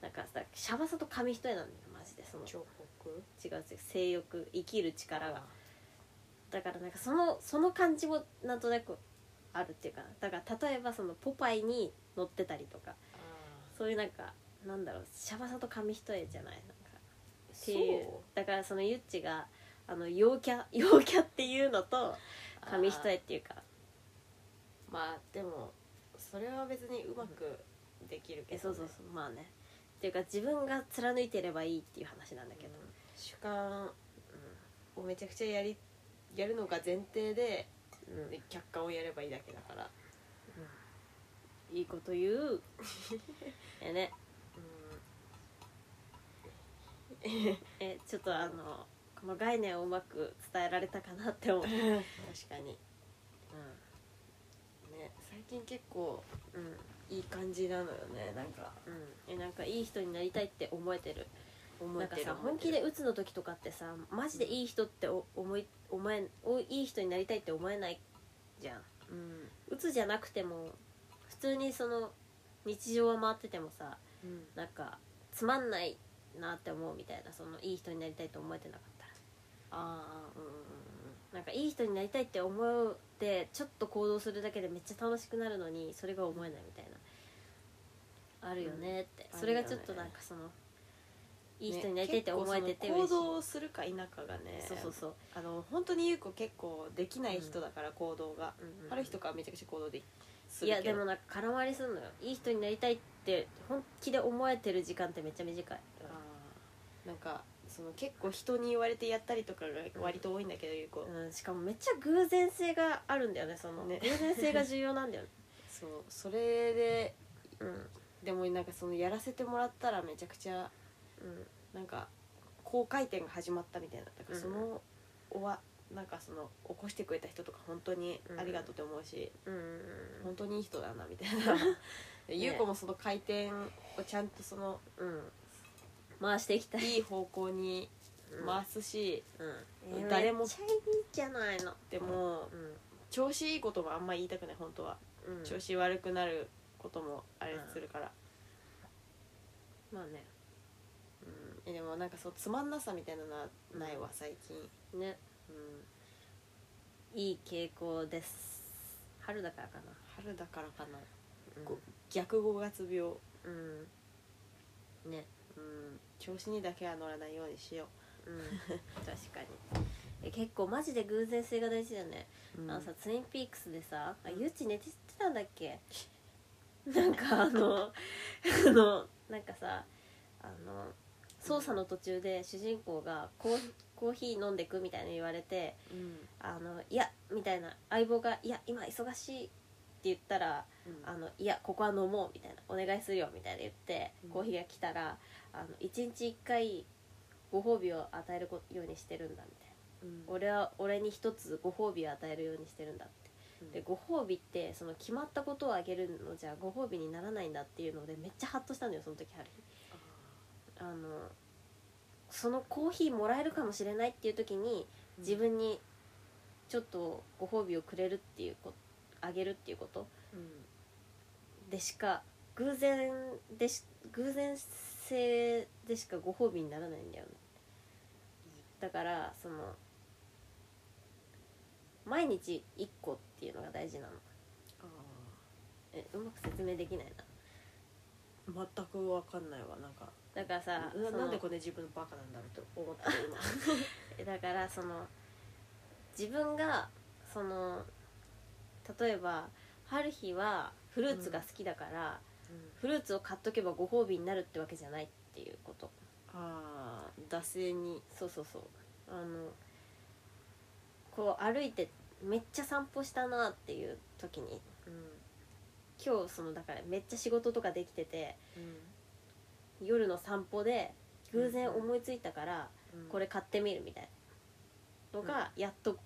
[SPEAKER 2] なんかさシャバさと紙一重なんだよマジでその
[SPEAKER 3] 彫刻
[SPEAKER 2] 違う違う性欲生きる力が
[SPEAKER 3] あ
[SPEAKER 2] だからなんかそのその感じもなんとなくあるっていうかだから例えばそのポパイに乗ってたりとか
[SPEAKER 3] ー
[SPEAKER 2] そういうなんかなんだろうシャバさと紙一重じゃないなんかって
[SPEAKER 3] そう
[SPEAKER 2] いうだからそのゆっちがあの陽キャ 陽キャっていうのと紙一重
[SPEAKER 3] あ
[SPEAKER 2] っ
[SPEAKER 3] ー
[SPEAKER 2] ていうか
[SPEAKER 3] まあでもそれは別にうまくできるけど、
[SPEAKER 2] え
[SPEAKER 3] ね、
[SPEAKER 2] そうそうそうまあねっていうか自分が貫いてればいいっていう話なんだけど、
[SPEAKER 3] 主観をめちゃくちゃやりやるのが前提で
[SPEAKER 4] うん
[SPEAKER 3] で客観をやればいいだけだから
[SPEAKER 2] いいこと言う えねえちょっとあのこの概念をうまく伝えられたかなって思う確か
[SPEAKER 3] う
[SPEAKER 2] に
[SPEAKER 3] んね最近結構、うん、いい感じなのよねなんか
[SPEAKER 2] うんえなんかいい人になりたいって思えてる
[SPEAKER 3] 思えてる
[SPEAKER 2] なんかさ
[SPEAKER 3] 思え
[SPEAKER 2] 本
[SPEAKER 3] て
[SPEAKER 2] 気
[SPEAKER 3] る
[SPEAKER 2] で鬱の時とかってさマジでいい人ってお思い思えおいい人になりたいって思えないじゃん
[SPEAKER 3] うん
[SPEAKER 2] 鬱じゃなくても普通にその日常は回っててもさ
[SPEAKER 3] うん
[SPEAKER 2] なんかつまんないなって思うみたいなそのいい人になりたいと思えてなかったら
[SPEAKER 3] ああうんうんうん
[SPEAKER 2] なんかいい人になりたいって思ってちょっと行動するだけでめっちゃ楽しくなるのにそれが思えないみたいなあるよねって、
[SPEAKER 3] うん
[SPEAKER 2] それが
[SPEAKER 3] ある
[SPEAKER 2] ちょ
[SPEAKER 3] よ
[SPEAKER 2] っ
[SPEAKER 3] ね
[SPEAKER 2] となんかその
[SPEAKER 3] い
[SPEAKER 2] いい人になりたいって思えてて
[SPEAKER 3] 行
[SPEAKER 2] 嬉しい、
[SPEAKER 3] 動するか否かがね
[SPEAKER 2] そうそうそう、
[SPEAKER 3] あの本当にゆう子結構できない人だから行動が、ある日とかはめちゃくちゃ行動です
[SPEAKER 2] い
[SPEAKER 3] るけ
[SPEAKER 2] や
[SPEAKER 3] ど
[SPEAKER 2] でもなんか空回りするのよいい人になりたいって本気で思えてる時間ってめっちゃ短い、
[SPEAKER 3] あーなんかその結構人に言われてやったりとかが割と多いんだけど、ゆう子
[SPEAKER 2] うん、しかもめっちゃ偶然性があるんだよねその
[SPEAKER 3] ね
[SPEAKER 2] 偶然性が重要なんだよね、
[SPEAKER 3] そうそれで
[SPEAKER 2] うんうん、
[SPEAKER 3] でもなんかそのやらせてもらったらめちゃくちゃなんか高回転が始まったみたいなだからその、おわなんかその起こしてくれた人とか本当にありがとうって思うし、
[SPEAKER 2] うん
[SPEAKER 3] 本当にいい人だなみたいな で優子もその回転をちゃんとその
[SPEAKER 2] うん回していきたい、
[SPEAKER 3] いい方向に
[SPEAKER 2] うん
[SPEAKER 3] 回すし、
[SPEAKER 2] うんえー
[SPEAKER 3] 誰も
[SPEAKER 2] めっちゃいいじゃないの
[SPEAKER 3] でも
[SPEAKER 2] う
[SPEAKER 3] 調子いいこともあんま言いたくない本当は、
[SPEAKER 2] ん、うん、
[SPEAKER 3] 調子悪くなることもあれするから、
[SPEAKER 2] まあね
[SPEAKER 3] うんえでもなんかそうつまんなさみたいなのはないわ最近、
[SPEAKER 2] ね
[SPEAKER 3] うん、
[SPEAKER 2] いい傾向です春だからかな
[SPEAKER 3] 春だからかな、
[SPEAKER 2] うん
[SPEAKER 3] こ逆5月病、うん、
[SPEAKER 2] うんね
[SPEAKER 3] 調子にだけは乗らないようにしよ
[SPEAKER 2] うん 確かにえ結構マジで偶然性が大事だね、
[SPEAKER 3] う、
[SPEAKER 2] あのさツインピークスでさあゆうち寝てたんだっけ なんかあの あのなんかさあの操作の途中で主人公がコーコーヒー飲んでくみたいに言われて、
[SPEAKER 3] うん
[SPEAKER 2] あの「いや」みたいな相棒が「いや今忙しい」って言ったら「あのいやここは飲もう」みたいな「お願いするよ」みたいな言って、
[SPEAKER 3] うん
[SPEAKER 2] コーヒーが来たらあの「一日一回ご褒美を与えるこようにしてるんだ」みたいな
[SPEAKER 3] うん
[SPEAKER 2] 「俺は俺に一つご褒美を与えるようにしてるんだ」って。
[SPEAKER 3] うん
[SPEAKER 2] でご褒美ってその決まったことをあげるのじゃご褒美にならないんだっていうのでめっちゃハッとしたんだよその時春日あのそのコーヒーもらえるかもしれないっていう時に自分にちょっとご褒美をくれるっていうことあげるっていうこと
[SPEAKER 3] うん
[SPEAKER 2] でしか偶然でし偶然性でしかご褒美にならないんだよねだからその毎日1個っていうのが大事なのえうまく説明できないな
[SPEAKER 3] 全く分かんないわなんか
[SPEAKER 2] だからさ
[SPEAKER 3] な
[SPEAKER 2] その
[SPEAKER 3] なんでこれ自分バカなんだろうと思った 今
[SPEAKER 2] えだからその自分がその例えば春日はフルーツが好きだから、フルーツを買っとけばご褒美になるってわけじゃないっていうこと
[SPEAKER 3] ああ惰性に
[SPEAKER 2] そうそうそうあのこう歩いてめっちゃ散歩したなっていう時に今日そのだからめっちゃ仕事とかできてて夜の散歩で偶然思いついたから、これ買ってみるみたいなのが、やっと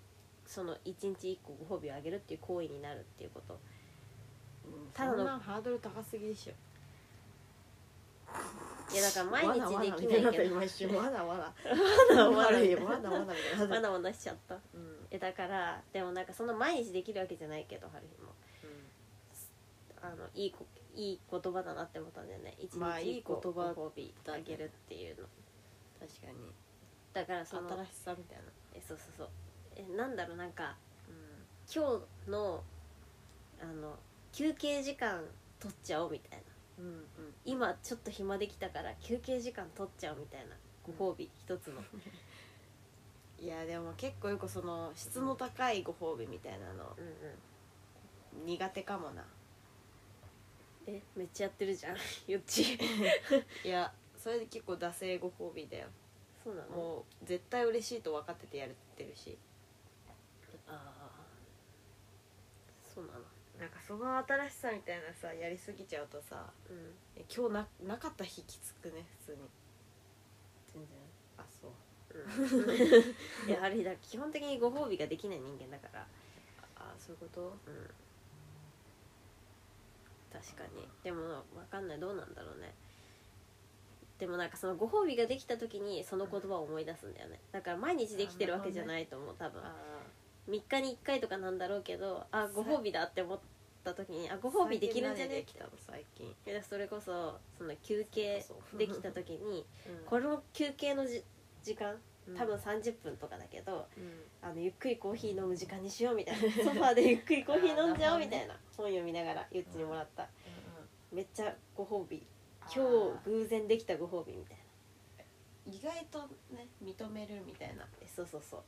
[SPEAKER 2] その一日一個ご褒美をあげるっていう行為になるっていうことただ
[SPEAKER 3] た
[SPEAKER 2] の
[SPEAKER 3] だのハードル高すぎでしょ
[SPEAKER 2] いやだから毎日
[SPEAKER 3] わなわな
[SPEAKER 2] できない
[SPEAKER 3] みたい
[SPEAKER 2] け
[SPEAKER 3] に
[SPEAKER 2] ど
[SPEAKER 3] なった今一瞬わなわな
[SPEAKER 2] わなわな
[SPEAKER 3] 悪いよわなわなみたい
[SPEAKER 2] ま
[SPEAKER 3] な
[SPEAKER 2] だまだしちゃった
[SPEAKER 3] うんうん
[SPEAKER 2] えだからでもなんかその毎日できるわけじゃないけど春日もあのいいこいい言葉だなって思ったんだよね一
[SPEAKER 3] まあ
[SPEAKER 2] 日一個
[SPEAKER 3] いい言葉
[SPEAKER 2] ご褒美あげるっていうの
[SPEAKER 3] 確かに
[SPEAKER 2] だからその
[SPEAKER 3] 新しさみたいな
[SPEAKER 2] えそうそうそうえなんだろうなんか今日のあの休憩時間取っちゃおうみたいな
[SPEAKER 3] うんうん
[SPEAKER 2] 今ちょっと暇できたから休憩時間取っちゃおうみたいなご褒美一つの
[SPEAKER 3] いやでも結構よくその質の高いご褒美みたいなの
[SPEAKER 2] うんうん
[SPEAKER 3] 苦手かもな
[SPEAKER 2] えめっちゃやってるじゃん よっち
[SPEAKER 3] いやそれで結構惰性ご褒美だよ
[SPEAKER 2] そうなの
[SPEAKER 3] もう絶対嬉しいと分かっててやれてるし
[SPEAKER 2] そうなの
[SPEAKER 3] なんかその新しさみたいなさやりすぎちゃうとさ
[SPEAKER 2] うん
[SPEAKER 3] え今日ななかった日きつくね普通に
[SPEAKER 2] 全然
[SPEAKER 3] あそう
[SPEAKER 2] いやあれだ基本的にご褒美ができない人間だから
[SPEAKER 3] あそういうこと
[SPEAKER 2] うん確かにでも分かんないどうなんだろうねでもなんかそのご褒美ができた時にその言葉を思い出すんだよねだから毎日できてるわけじゃないと思う多分
[SPEAKER 3] あ
[SPEAKER 2] 3日に1回とかなんだろうけどあご褒美だって思った時にあご褒美できるんじゃね
[SPEAKER 3] 最
[SPEAKER 2] っ
[SPEAKER 3] 近何でき
[SPEAKER 2] て
[SPEAKER 3] たの最近、
[SPEAKER 2] いやそれこそその休憩
[SPEAKER 3] それこそ
[SPEAKER 2] できた時に
[SPEAKER 3] うん
[SPEAKER 2] この休憩のじ時間多分
[SPEAKER 3] うん
[SPEAKER 2] 30分とかだけど、
[SPEAKER 3] うん
[SPEAKER 2] あのゆっくりコーヒー飲む時間にしようみたいな ソファーでゆっくりコーヒー飲んじゃおうみたいな本読みながらゆっちにもらっためっちゃご褒美今日偶然できたご褒美みたいな
[SPEAKER 3] あー意外とね認めるみたいな
[SPEAKER 2] えそうそうそう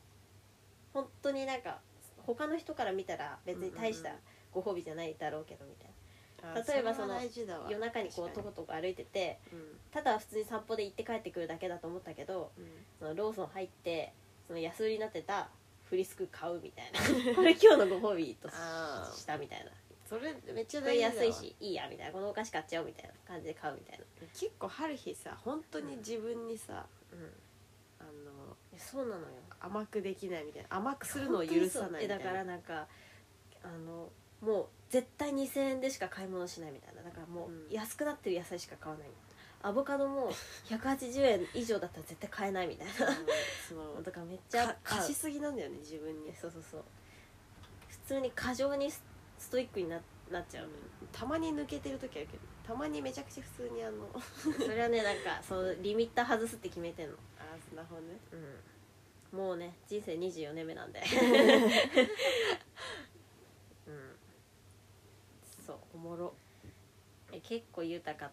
[SPEAKER 2] 本当になんか他の人から見たら別に大した
[SPEAKER 3] うんうん
[SPEAKER 2] ご褒美じゃないだろうけどみたい
[SPEAKER 3] あー
[SPEAKER 2] 例えばその
[SPEAKER 3] れは大事だわ
[SPEAKER 2] な夜中にこう
[SPEAKER 3] 確
[SPEAKER 2] と
[SPEAKER 3] か
[SPEAKER 2] ことこ歩いてて
[SPEAKER 3] うん
[SPEAKER 2] ただ普通に散歩で行って帰ってくるだけだと思ったけど
[SPEAKER 3] うん
[SPEAKER 2] そのローソン入ってその安売りになってたフリスク買うみた いなこれ今日のご褒美とし
[SPEAKER 3] あー
[SPEAKER 2] したみたいな
[SPEAKER 3] それめっちゃ
[SPEAKER 2] これ
[SPEAKER 3] 大事だわ
[SPEAKER 2] 安いしいいやみたいなこのお菓子買っちゃおうみたいな感じで買うみたいな、
[SPEAKER 3] 結構春日さ本当に自分にさ、あの
[SPEAKER 2] そうなのよ
[SPEAKER 3] 甘くできないみたいな甘くするのを許さないみたい
[SPEAKER 2] だから
[SPEAKER 3] な
[SPEAKER 2] なんかあのもう絶対2,000円でしか買い物しないみたいなだからも
[SPEAKER 3] うん
[SPEAKER 2] う安くなってる野菜しか買わないみたいなアボカドも180円以上だったら絶対買えないみたいな
[SPEAKER 3] あのその
[SPEAKER 2] だからめっちゃ
[SPEAKER 3] か貸しすぎなんだよね自分に
[SPEAKER 2] あそうそうそう普通に過剰にスストイックにななっちゃう、
[SPEAKER 3] たまに抜けてる時あるけどたまにめちゃくちゃ普通にあの
[SPEAKER 2] それはねなんかそうリミッター外すって決めてんの
[SPEAKER 3] あースマホね
[SPEAKER 2] うん、もうね人生24年目な んでうんそう
[SPEAKER 3] おもろ
[SPEAKER 2] え結構豊かな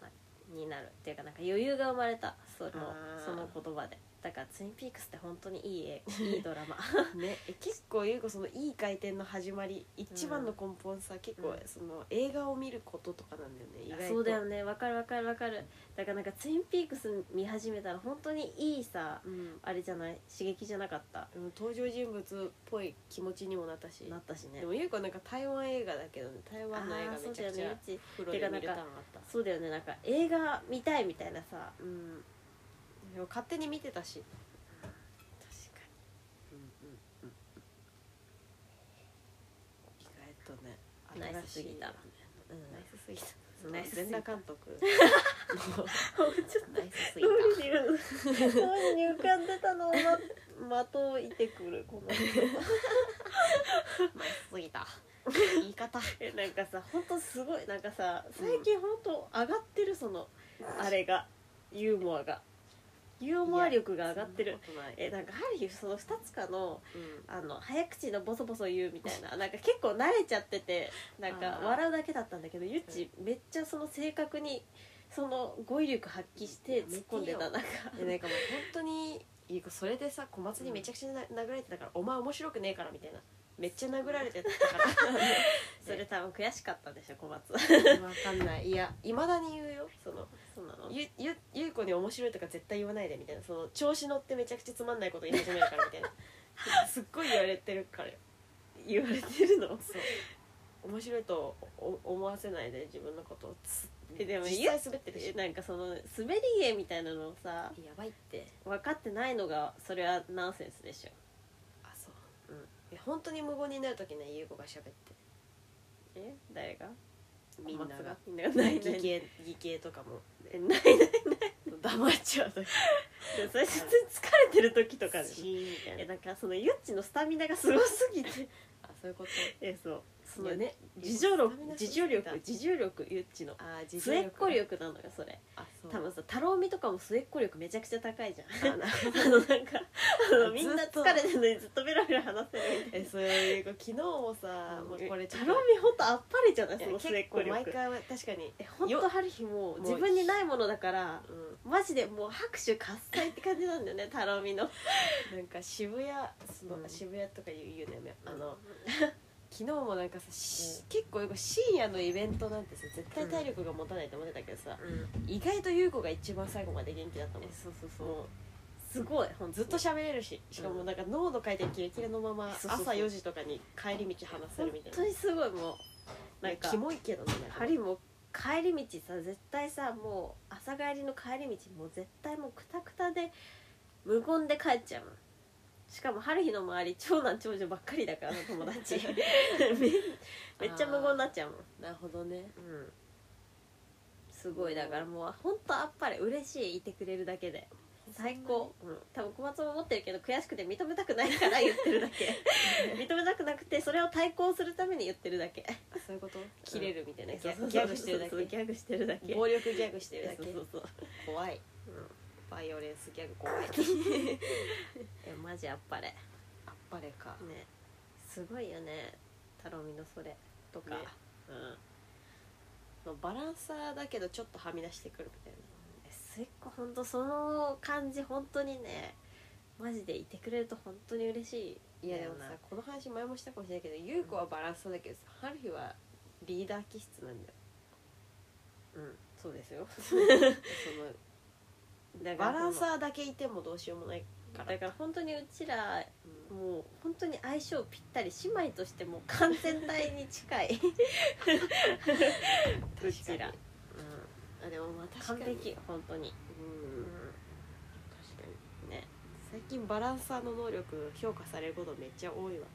[SPEAKER 2] になるっていうかなんか余裕が生まれたその
[SPEAKER 3] あー
[SPEAKER 2] その言葉でだから「ツインピークス」って本当にいい 絵いいドラマ
[SPEAKER 3] ねえ結構優子そのいい回転の始まり一番の根本さ、結構
[SPEAKER 2] うん
[SPEAKER 3] その映画を見ることとかなんだよね意外と
[SPEAKER 2] そうだよねわかるわかるわかるだからなんか「ツインピークス」見始めたら本当にいいさ
[SPEAKER 3] うん
[SPEAKER 2] あれじゃない刺激じゃなかった
[SPEAKER 3] でも登場人物っぽい気持ちにもなったし
[SPEAKER 2] なったしね
[SPEAKER 3] でも優子なんか台湾映画だけどね台湾の映画
[SPEAKER 2] あーそ
[SPEAKER 3] め
[SPEAKER 2] う
[SPEAKER 3] ちゃ
[SPEAKER 2] だよ
[SPEAKER 3] くちゃ
[SPEAKER 2] ねうち
[SPEAKER 3] 風呂で見れたのあった
[SPEAKER 2] そうだよねなんか映画見たいみたいなさ
[SPEAKER 3] うんでも勝手に見てたし
[SPEAKER 2] 確かに
[SPEAKER 3] うんうんうん意外とね
[SPEAKER 2] ナイスすぎた
[SPEAKER 3] 新しい
[SPEAKER 2] うん
[SPEAKER 3] ナイスすぎた
[SPEAKER 2] そうナイスすぎ
[SPEAKER 3] 全
[SPEAKER 2] た
[SPEAKER 3] 裸監督
[SPEAKER 2] ちょっ と
[SPEAKER 3] ナイ スすぎ
[SPEAKER 2] どうに浮かんでたのをま的をいてくるこの
[SPEAKER 3] たナイスすぎた言い方
[SPEAKER 2] えなんかさ本当すごいなんかさ最近本当上がってるその、あれがユーモアがユーモア力が上がってる
[SPEAKER 3] そんなことない
[SPEAKER 2] えなんかある日その2つかの
[SPEAKER 3] うん
[SPEAKER 2] あの早口のボソボソ言うみたいななんか結構慣れちゃっててなんか
[SPEAKER 3] あー
[SPEAKER 2] 笑うだけだったんだけどゆっちめっちゃその正確にその語彙力発揮して突っ込んでたなんか
[SPEAKER 3] でなんかもう本当に優子それでさ小松にめちゃくちゃな殴られてたから「お前面白くねえから」みたいなめっちゃ殴られてたから
[SPEAKER 2] それ多分悔しかったでしょ小松
[SPEAKER 3] わかんないいやいまだに言うよ その
[SPEAKER 2] そうなの
[SPEAKER 3] ゆゆゆう子に面白いとか絶対言わないでみたいなその調子乗ってめちゃくちゃつまんないこと言い始めるからみたい なすっごい言われてるからよ
[SPEAKER 2] 言われてる の
[SPEAKER 3] そう面白いとお思わせないで自分のことをつ
[SPEAKER 2] えでも
[SPEAKER 3] 実際滑ってるし
[SPEAKER 2] えなんかその滑り芸みたいなのをさ
[SPEAKER 3] やばいって
[SPEAKER 2] 分かってないのがそれはナンセンスでしょ
[SPEAKER 3] あそう
[SPEAKER 2] うん
[SPEAKER 3] え本当に無言になる時ねゆう子が喋って
[SPEAKER 2] え誰が
[SPEAKER 3] みんなが
[SPEAKER 2] みんながないない
[SPEAKER 3] 義兄義兄とかも
[SPEAKER 2] えないないない
[SPEAKER 3] 黙っちゃう時
[SPEAKER 2] それ普通に疲れてる時とか で
[SPEAKER 3] みた
[SPEAKER 2] え
[SPEAKER 3] いな
[SPEAKER 2] なんかそのゆっちのスタミナがすごすぎて
[SPEAKER 3] あそういうこと
[SPEAKER 2] えそうその
[SPEAKER 3] いやね
[SPEAKER 2] 自助力
[SPEAKER 3] スタミナ
[SPEAKER 2] 自助力自助力ゆっちの
[SPEAKER 3] あ自
[SPEAKER 2] 末っ子力なのよそれ
[SPEAKER 3] あそう
[SPEAKER 2] 多分さ太郎美とかも末っ子力めちゃくちゃ高いじゃん
[SPEAKER 3] あな
[SPEAKER 2] あのなんかあのみんな
[SPEAKER 3] ずっと
[SPEAKER 2] 疲れてるのにずっとベラベラ話せるみたい
[SPEAKER 3] え
[SPEAKER 2] な
[SPEAKER 3] そういう子昨日もさもうこれちょっ
[SPEAKER 2] 頼
[SPEAKER 3] と
[SPEAKER 2] みほんとあっぱれじゃない
[SPEAKER 3] い
[SPEAKER 2] そ
[SPEAKER 3] や
[SPEAKER 2] の
[SPEAKER 3] 結
[SPEAKER 2] 末っ子
[SPEAKER 3] 構毎
[SPEAKER 2] 力
[SPEAKER 3] 回は確かに
[SPEAKER 2] えほんと春日も
[SPEAKER 3] う
[SPEAKER 2] 自分にないものだから
[SPEAKER 3] う
[SPEAKER 2] マジでもう拍手喝采って感じなんだよね太郎美の
[SPEAKER 3] んなんか渋谷その、
[SPEAKER 2] うん
[SPEAKER 3] 渋谷とかいう言うねあ
[SPEAKER 2] あ
[SPEAKER 3] の
[SPEAKER 2] の
[SPEAKER 3] 昨日もなんかさ、し
[SPEAKER 2] う
[SPEAKER 3] 結構よく深夜のイベントなんてさ絶対体力が持たないと思ってたけどさ、
[SPEAKER 2] うん
[SPEAKER 3] 意外と優子が一番最後まで元気だったもん
[SPEAKER 2] えそうそうそう
[SPEAKER 3] もう
[SPEAKER 2] すごいほんと
[SPEAKER 3] ずっと喋れるししかもなんか濃度変えてキレキレのまま
[SPEAKER 2] そうそうそう
[SPEAKER 3] 朝4時とかに帰り道話せ
[SPEAKER 2] 本
[SPEAKER 3] るみたい
[SPEAKER 2] 当にすごいもう
[SPEAKER 3] な
[SPEAKER 2] な
[SPEAKER 3] なんんか
[SPEAKER 2] か
[SPEAKER 3] キモいけどねなんか
[SPEAKER 2] ハリーも帰り道さ絶対さもう朝帰りの帰り道もう絶対もうクタクタで無言で帰っちゃうのしかもハルヒの周り長男長女ばっかりだから友達 めめっちゃ無言になっちゃうもん
[SPEAKER 3] なるほどね
[SPEAKER 2] うんすごいだからもう本当あっぱれ嬉しいいてくれるだけで最高、うん、多分小松も思ってるけど悔しくて認めたくないから言ってるだ け認めたくなくてそれを対抗するために言ってるだけ
[SPEAKER 3] そういうこと切れるみたいなギ
[SPEAKER 2] そうそうそ
[SPEAKER 3] ャ
[SPEAKER 2] う
[SPEAKER 3] ギャグしてるだ
[SPEAKER 2] そうそう
[SPEAKER 3] け
[SPEAKER 2] ギャグしてるだけ
[SPEAKER 3] 暴力ギャグしてるだ
[SPEAKER 2] そう
[SPEAKER 3] け
[SPEAKER 2] そうそう
[SPEAKER 3] 怖い
[SPEAKER 2] うん
[SPEAKER 3] バイオレンスギャグ怖い
[SPEAKER 2] えマジあっぱれ
[SPEAKER 3] あっぱれか
[SPEAKER 2] ねすごいよねタロミのそれとか、
[SPEAKER 3] ね
[SPEAKER 2] う
[SPEAKER 3] のバランサーだけどちょっとはみ出してくるみたい
[SPEAKER 2] ん末っ子ほんとその感じ本当にねマジでいてくれると本当に嬉しい
[SPEAKER 3] ないやでもさ
[SPEAKER 2] だよ
[SPEAKER 3] この話前もしたかもしれないけど優子はバランサーだけどさ春日はリーダー気質なんだよ
[SPEAKER 2] なうんそうで すよ
[SPEAKER 3] そ
[SPEAKER 2] だ
[SPEAKER 3] のバラン
[SPEAKER 2] ー
[SPEAKER 3] サーだけいてもどうしようもないか
[SPEAKER 2] だ
[SPEAKER 3] ら
[SPEAKER 2] から本当にうちら
[SPEAKER 3] うん
[SPEAKER 2] もう本当に相性ぴったり姉妹としても完全体に近い うちら、う
[SPEAKER 3] あでもまあ
[SPEAKER 2] ん、
[SPEAKER 3] 確か
[SPEAKER 2] 完
[SPEAKER 3] に
[SPEAKER 2] 璧本当に、
[SPEAKER 3] う
[SPEAKER 2] うんん、
[SPEAKER 3] 確かに
[SPEAKER 2] ね
[SPEAKER 3] 最近バランサーの能力評価されることめっちゃ多いわ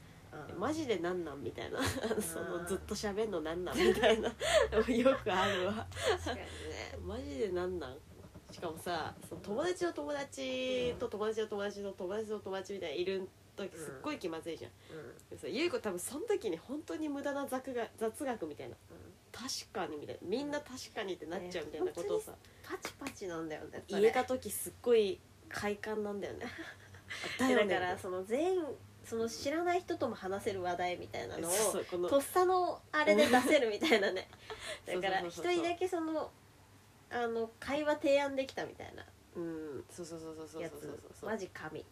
[SPEAKER 2] うん
[SPEAKER 3] マジでなんなんみたいな そ
[SPEAKER 2] あ
[SPEAKER 3] の
[SPEAKER 2] ー
[SPEAKER 3] ずっと喋んのなんなんみた いなよくあるわ
[SPEAKER 2] 確かにね
[SPEAKER 3] マジでなんなんしかもさその友達の友達と友達の友達の友達の友達みたいないる時
[SPEAKER 2] うん
[SPEAKER 3] すっごい気まずいじゃん、
[SPEAKER 2] うん
[SPEAKER 3] でさゆい子多分その時に本当に無駄な雑学雑学みたいな確かにみたいなみんな確かにってなっちゃうみたいなことをさ、
[SPEAKER 2] パチパチなんだよねそ
[SPEAKER 3] 言え
[SPEAKER 2] れ
[SPEAKER 3] た時すっごい快感なんだ よねだよ
[SPEAKER 2] だ
[SPEAKER 3] ね
[SPEAKER 2] からその全員その知らない人とも話せる話題みたいなのを
[SPEAKER 3] そうそうこの
[SPEAKER 2] とっさのあれで出せるみたいなねだから
[SPEAKER 3] そう
[SPEAKER 2] 一
[SPEAKER 3] そうそうそう
[SPEAKER 2] 人だけそのあの会話提案できたみたいな
[SPEAKER 3] うんそうそうそうそうそう
[SPEAKER 2] や
[SPEAKER 3] そうそう
[SPEAKER 2] つ
[SPEAKER 3] そう
[SPEAKER 2] マジ神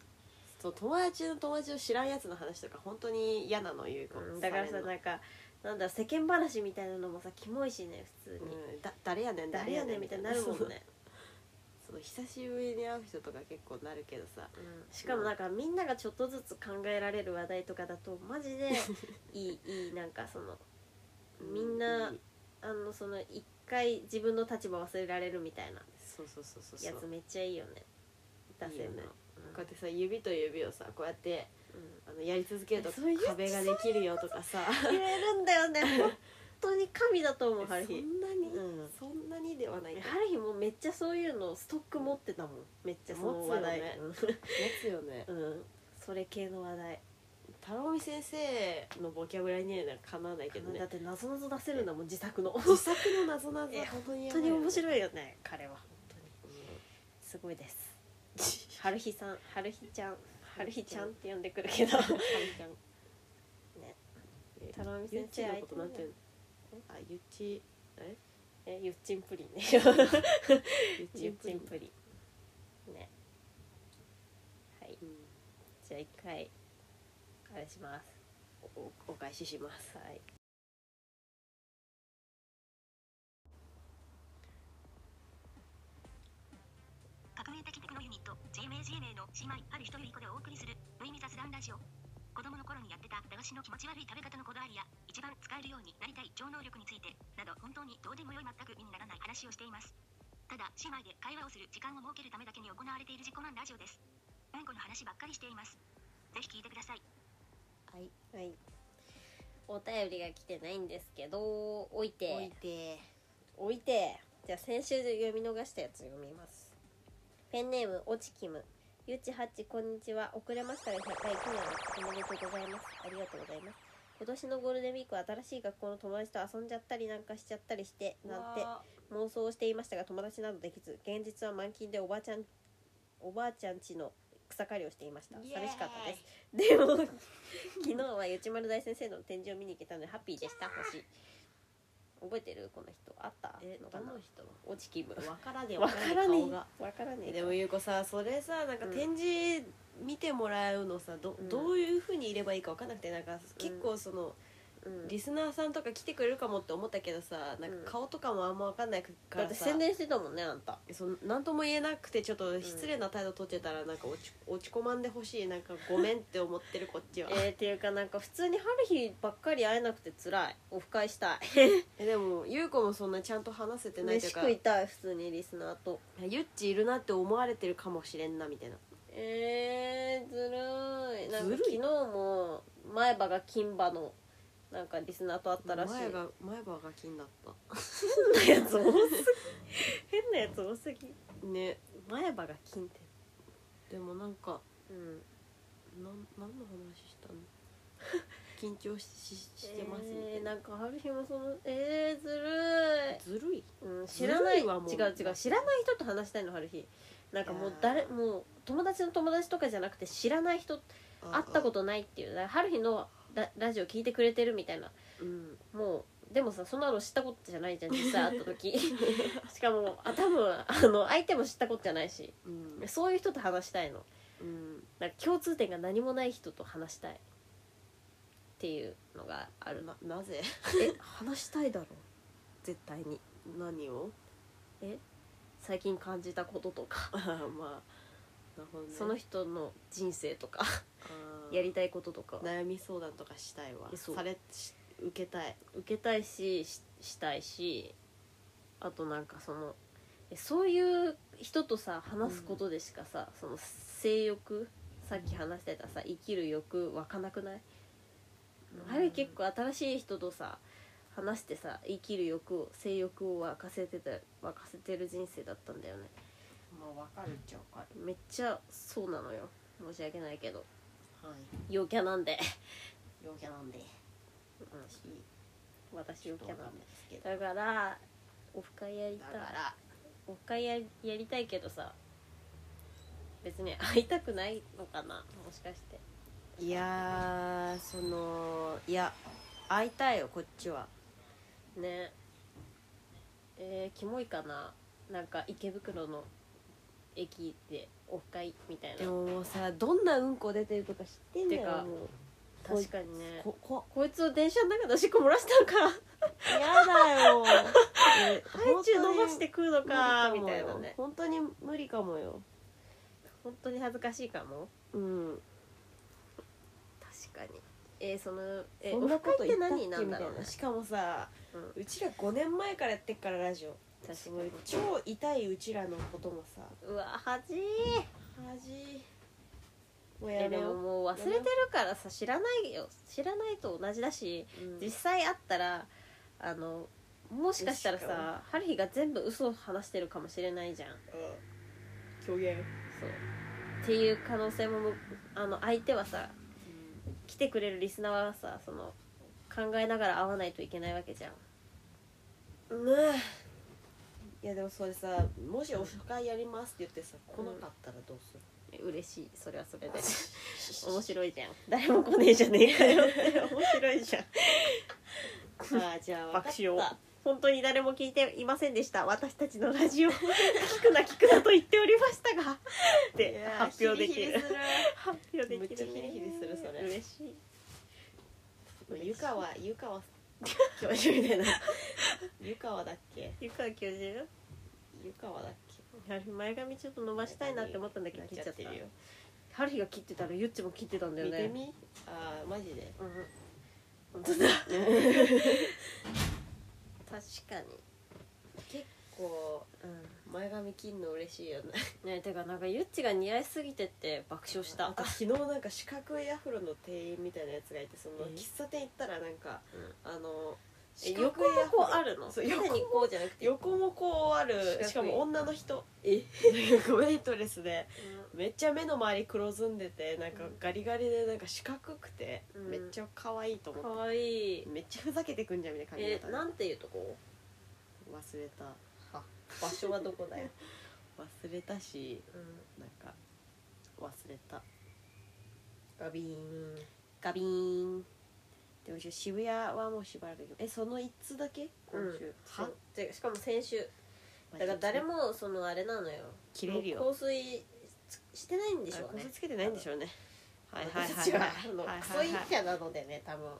[SPEAKER 3] そう友達の友達を知らんやつの話とか本当に嫌なの言う子
[SPEAKER 2] だからさ
[SPEAKER 3] れんの
[SPEAKER 2] なんかなんだ世間話みたいなのもさキモいしね普通に
[SPEAKER 3] うんだ誰やねん
[SPEAKER 2] 誰やねんみたいになるもん
[SPEAKER 3] そう
[SPEAKER 2] ね
[SPEAKER 3] その久しぶりに会う人とか結構なるけどさ
[SPEAKER 2] しかもなんかみんながちょっとずつ考えられる話題とかだとマジ でいいいいなんかそのみんな
[SPEAKER 3] う
[SPEAKER 2] あのその一回自分の立場忘れられるみたいな
[SPEAKER 3] そうそうそうそう
[SPEAKER 2] や
[SPEAKER 3] そう
[SPEAKER 2] つめっちゃいいよね出せ
[SPEAKER 3] いいよ
[SPEAKER 2] る
[SPEAKER 3] な
[SPEAKER 2] ね
[SPEAKER 3] こうやってさ指と指をさこうやって
[SPEAKER 2] うん
[SPEAKER 3] あのやり続けると
[SPEAKER 2] そういう
[SPEAKER 3] 壁ができるよとかさ
[SPEAKER 2] 入れるんだよね本当に神だと
[SPEAKER 3] そ
[SPEAKER 2] 思うん
[SPEAKER 3] な
[SPEAKER 2] 春
[SPEAKER 3] に
[SPEAKER 2] 日うん
[SPEAKER 3] そんなにではないけど
[SPEAKER 2] 春日もめっちゃそういうのストック持ってたもんめっちゃその話題、
[SPEAKER 3] 持持つよね
[SPEAKER 2] うんうんそれ系の話題
[SPEAKER 3] 太郎美先生のボキャブラにはかなわないけど
[SPEAKER 2] だ
[SPEAKER 3] ね
[SPEAKER 2] ってなぞなぞ出せるんだもん自作の
[SPEAKER 3] 自
[SPEAKER 2] 本
[SPEAKER 3] 作の謎なぞは本当にやば
[SPEAKER 2] 当
[SPEAKER 3] い
[SPEAKER 2] に
[SPEAKER 3] よ
[SPEAKER 2] 面
[SPEAKER 3] ね
[SPEAKER 2] 白いよね彼は本当にすごいです春日さん春日ちゃん春日ちゃんって呼んでくるけど
[SPEAKER 3] うんはるちゃん
[SPEAKER 2] ね
[SPEAKER 3] え
[SPEAKER 2] 田上
[SPEAKER 3] ゆっ
[SPEAKER 2] 先
[SPEAKER 3] ち
[SPEAKER 2] 生
[SPEAKER 3] の
[SPEAKER 2] 相
[SPEAKER 3] こ
[SPEAKER 2] 手
[SPEAKER 3] と
[SPEAKER 2] な
[SPEAKER 3] なんん
[SPEAKER 2] だ
[SPEAKER 3] ていうのあゆっちえ
[SPEAKER 2] えゆっちんプリ ンね
[SPEAKER 3] ゆっち
[SPEAKER 2] ゆっ
[SPEAKER 3] んプ
[SPEAKER 2] ち
[SPEAKER 3] リ
[SPEAKER 2] ん
[SPEAKER 3] ン
[SPEAKER 2] プリンねはい
[SPEAKER 3] うん
[SPEAKER 2] じゃあ一回あれします
[SPEAKER 3] おお返しします
[SPEAKER 2] はい
[SPEAKER 1] 革命的テクノユニット JMAGMA の姉妹ある一人いい子でお送りする無意味雑談ラジオ子供の頃にやってた駄菓子の気持ち悪い食べ方のこだわりや一番使えるようになりたい超能力についてなど本当にどうでもよい全く身にならない話をしていますただ姉妹で会話をする時間を設けるためだけに行われている自己満ラジオですうんこの話ばっかりしていますぜひ聞いてください
[SPEAKER 4] はい
[SPEAKER 2] はいお便りが来てないんですけど置いて
[SPEAKER 4] 置いて
[SPEAKER 2] 置いてじゃあ先週で読み逃したやつ読みますペンネームおちきむゆちはちこんにちは遅れましたが100回記念おめでとうございますありがとうございます今年のゴールデンウィークは新しい学校の友達と遊んじゃったりなんかしちゃったりしてなんて
[SPEAKER 3] わ
[SPEAKER 2] 妄想をしていましたが友達などできず現実は満勤でおばあちゃんおばあちゃん家の草刈りをしていました
[SPEAKER 3] ー
[SPEAKER 2] 寂しかったですでも昨日はゆちまる大先生の展示を見に行けたのでハッピーで した星覚えてるこの人あった
[SPEAKER 3] え
[SPEAKER 2] の
[SPEAKER 3] ど
[SPEAKER 2] かな
[SPEAKER 3] の人
[SPEAKER 2] おちきぶ
[SPEAKER 3] わからねえ
[SPEAKER 2] わ
[SPEAKER 3] わ
[SPEAKER 2] からね
[SPEAKER 3] が
[SPEAKER 2] えわからね
[SPEAKER 3] え
[SPEAKER 2] え
[SPEAKER 3] でもゆうこさそれさなんか
[SPEAKER 2] うん
[SPEAKER 3] 展示見てもらうのさど,、
[SPEAKER 2] う
[SPEAKER 3] うんどういうふうにいればいいか分かんなくてなんか結構その、
[SPEAKER 2] うん
[SPEAKER 3] リスナーさんとか来てくれるかもって思ったけどさなん
[SPEAKER 2] うん
[SPEAKER 3] か顔とかもあんま分かんないか
[SPEAKER 2] だっ
[SPEAKER 3] ら
[SPEAKER 2] て
[SPEAKER 3] さ、
[SPEAKER 2] 宣伝してたもんねあん た
[SPEAKER 3] そう何とも言えなくてちょっと失礼な態度取ってたらなんか落ち落ち込まんでほしいなんかごめんって思ってるこっちは
[SPEAKER 2] えー、っていうかなんか普通に春日ばっかり会えなくて辛いオフ会したい
[SPEAKER 3] えでも優子もそんなちゃんと話せてないとい
[SPEAKER 2] 飯
[SPEAKER 3] うか
[SPEAKER 2] 食いたい普通にリスナーと
[SPEAKER 3] ゆっちいるなって思われてるかもしれんなみたいな
[SPEAKER 2] えー、ずるいなんか
[SPEAKER 3] ずる
[SPEAKER 2] 昨
[SPEAKER 3] い
[SPEAKER 2] 日も前歯が金歯のなんかリスナーと会ったらしい
[SPEAKER 3] 前が前歯が金だった
[SPEAKER 2] 変なやつ多すぎ変なやつ多すぎ
[SPEAKER 3] ね
[SPEAKER 2] 前歯が金って
[SPEAKER 3] でもなんか
[SPEAKER 2] うん
[SPEAKER 3] なん何の話した の緊張しししてますみた
[SPEAKER 2] え
[SPEAKER 3] い
[SPEAKER 2] ー、
[SPEAKER 3] な、
[SPEAKER 2] なんか春日もそのえー、ずるい
[SPEAKER 3] ずるい
[SPEAKER 2] うん、知らない
[SPEAKER 3] ずるいわもう
[SPEAKER 2] 違う違う知らない人と話したいの春日なんかもう誰
[SPEAKER 3] いや、
[SPEAKER 2] もう友達の友達とかじゃなくて知らない人会ったこととないっていうだから春日のララジオ聞いてくれてるみたいな
[SPEAKER 3] うん、
[SPEAKER 2] もうでもさそんなの知ったことじゃないじゃん実際会った 時しかもあ多分あの相手も知ったことじゃないし
[SPEAKER 3] うん
[SPEAKER 2] そういう人と話したいの
[SPEAKER 3] うん
[SPEAKER 2] なんか共通点が何もない人と話したいっていうのがある
[SPEAKER 3] ななぜ
[SPEAKER 2] え話したいだろ絶対に
[SPEAKER 3] 何を
[SPEAKER 2] 最近感じたこととか
[SPEAKER 3] あーまあなるほどね
[SPEAKER 2] その人の人生とか
[SPEAKER 3] あー
[SPEAKER 2] やりたいこととか
[SPEAKER 3] 悩み相談とかしたいわ
[SPEAKER 2] えそう
[SPEAKER 3] されし受けたい
[SPEAKER 2] 受けたいしししたいしあとなんかそのえそういう人とさ話すことでしかさ、その性欲さっき話してたさ生きる欲湧かなくない、あれ結構新しい人とさ話してさ生きる欲を性欲を沸かせてた沸かせてる人生だったんだよね
[SPEAKER 3] まあ分かるっちゃ分か
[SPEAKER 2] めっちゃそうなのよ申し訳ないけど
[SPEAKER 3] るはい
[SPEAKER 2] 陽キャなんで、
[SPEAKER 3] 陽キャなんで
[SPEAKER 2] う
[SPEAKER 3] 私
[SPEAKER 2] ん、私陽キャなんで
[SPEAKER 3] ですけ
[SPEAKER 2] だからオフ会やり
[SPEAKER 3] だ
[SPEAKER 2] たい
[SPEAKER 3] から
[SPEAKER 2] オフ会やりやりたいけどさ別に会いたくないのかなもしかして
[SPEAKER 3] いやーそのいや会いたいよこっちは
[SPEAKER 2] ねえー、キモいかななんか池袋の駅でオフ会みたい
[SPEAKER 3] で
[SPEAKER 2] な
[SPEAKER 3] ももうさどんなうんこ出てるとか知ってんだよ
[SPEAKER 2] てか
[SPEAKER 3] もう
[SPEAKER 2] 確かにね
[SPEAKER 3] ここ
[SPEAKER 2] こいつを電車の中でおしっこ漏らしたのか
[SPEAKER 3] やだ よえ
[SPEAKER 2] 体中伸ばして食うの
[SPEAKER 3] 本当
[SPEAKER 2] か
[SPEAKER 3] に
[SPEAKER 2] みたいなね
[SPEAKER 3] 本当に無理かもよ
[SPEAKER 2] 本当に恥ずかしいかも
[SPEAKER 3] うん
[SPEAKER 2] 確かにえー、そのえ
[SPEAKER 3] そんなこと
[SPEAKER 2] オ
[SPEAKER 3] 言っ
[SPEAKER 2] フ会って
[SPEAKER 3] たっけ
[SPEAKER 2] 何
[SPEAKER 3] み
[SPEAKER 2] な
[SPEAKER 3] たい
[SPEAKER 2] んだろうね
[SPEAKER 3] なしかもさ
[SPEAKER 2] うん
[SPEAKER 3] うちら5年前からやってっからラジオ
[SPEAKER 2] 確
[SPEAKER 3] そ
[SPEAKER 2] か
[SPEAKER 3] の
[SPEAKER 2] に
[SPEAKER 3] 超痛いうちらのこともさ
[SPEAKER 2] うわ恥
[SPEAKER 3] 恥もう
[SPEAKER 2] え
[SPEAKER 3] や
[SPEAKER 2] で
[SPEAKER 3] め
[SPEAKER 2] も
[SPEAKER 3] よ
[SPEAKER 2] もう忘れてるからさ知らないよ知らないと同じだし
[SPEAKER 3] う、うん
[SPEAKER 2] 実際あったらあのもしかしたら
[SPEAKER 3] 確か
[SPEAKER 2] さ春日が全部嘘を話してるかもしれないじゃん
[SPEAKER 3] うん狂言
[SPEAKER 2] そうっていう可能性もむあの相手はさ来てくれるリスナーはさその考えながら会わないといけないわけじゃん
[SPEAKER 3] うんいやでもそれさもしオフ会やりますって言ってさ来なかったらどうする、
[SPEAKER 2] え嬉しいそれはそれで 面
[SPEAKER 3] 面
[SPEAKER 2] 白いじゃん誰も来ねえじゃねえか よって面白いじゃ ん
[SPEAKER 3] 白いあーじゃあ分か
[SPEAKER 2] 爆
[SPEAKER 3] っ
[SPEAKER 2] 笑
[SPEAKER 3] た
[SPEAKER 2] 本当に誰も聞いていませんでした私たちのラ ジオ聞くな聞くなと言っておりましたがって発表でき
[SPEAKER 3] い
[SPEAKER 2] る
[SPEAKER 3] やーヒリヒリする
[SPEAKER 2] 発表できる、ね、
[SPEAKER 3] めっちゃヒリヒリするそれ
[SPEAKER 2] 嬉しい
[SPEAKER 3] 湯川湯川教授みたいな 湯川だっけ
[SPEAKER 2] ゆか教授
[SPEAKER 3] 湯川だっけ
[SPEAKER 2] やはり前髪ちょっと伸ばしたいなって思ったんだけど
[SPEAKER 3] なっ
[SPEAKER 2] 切っ
[SPEAKER 3] ち
[SPEAKER 2] ち
[SPEAKER 3] ゃ
[SPEAKER 2] ゃ
[SPEAKER 3] っ
[SPEAKER 2] って
[SPEAKER 3] て
[SPEAKER 2] る
[SPEAKER 3] る
[SPEAKER 2] よ
[SPEAKER 3] よ
[SPEAKER 2] 春日が切ってたらゆっちも切ってたんだよ
[SPEAKER 3] 見て
[SPEAKER 2] ね
[SPEAKER 3] みあーマジで
[SPEAKER 2] うん本当だ確かに
[SPEAKER 3] 結構
[SPEAKER 2] う
[SPEAKER 3] 前髪切んの嬉しいよね
[SPEAKER 2] んねえてかなんかゆっちが似合いすぎてって爆笑した
[SPEAKER 3] あと昨日なんか四角いアフロの店員みたいなやつがいてその
[SPEAKER 2] え
[SPEAKER 3] 喫茶店行ったらなんか、あの
[SPEAKER 2] え
[SPEAKER 3] 四角い
[SPEAKER 2] 横も
[SPEAKER 3] アフロ
[SPEAKER 2] こうあるの
[SPEAKER 3] そう
[SPEAKER 2] 縦
[SPEAKER 3] 横
[SPEAKER 2] にこうじゃなくて
[SPEAKER 3] 横もこうある
[SPEAKER 2] 四角い
[SPEAKER 3] しかも女の人
[SPEAKER 2] え
[SPEAKER 3] なんかウェイトレスでめっちゃ目の周り黒ずんでてなんか
[SPEAKER 2] うん
[SPEAKER 3] ガリガリでなんか四角くて、
[SPEAKER 2] うん
[SPEAKER 3] めっちゃ可愛いと思
[SPEAKER 2] か
[SPEAKER 3] っ
[SPEAKER 2] わいい
[SPEAKER 3] てめっちゃふざけてくんじゃんみたいな感じだっ
[SPEAKER 2] え
[SPEAKER 3] た、
[SPEAKER 2] なんていうとこ
[SPEAKER 3] 忘れた場所はどこだよ 忘れたし
[SPEAKER 2] うん
[SPEAKER 3] なんか忘れた
[SPEAKER 2] ガビーン
[SPEAKER 3] ガビーンでも一応渋谷はもうしばらく行くえその一通だけ今週、
[SPEAKER 2] そ
[SPEAKER 3] は
[SPEAKER 2] うでしかも先週
[SPEAKER 3] マジ
[SPEAKER 2] だから誰もそのあれなのよ
[SPEAKER 3] 切れるよ
[SPEAKER 2] もう香水つしてないんでし
[SPEAKER 3] あ
[SPEAKER 2] ょう
[SPEAKER 3] 香
[SPEAKER 2] ね
[SPEAKER 3] 水つけてないんでしょうねはいはい
[SPEAKER 2] 私
[SPEAKER 3] はい
[SPEAKER 2] たちは
[SPEAKER 3] はい
[SPEAKER 2] あの
[SPEAKER 3] はい
[SPEAKER 2] クソ陰キャなのでね多分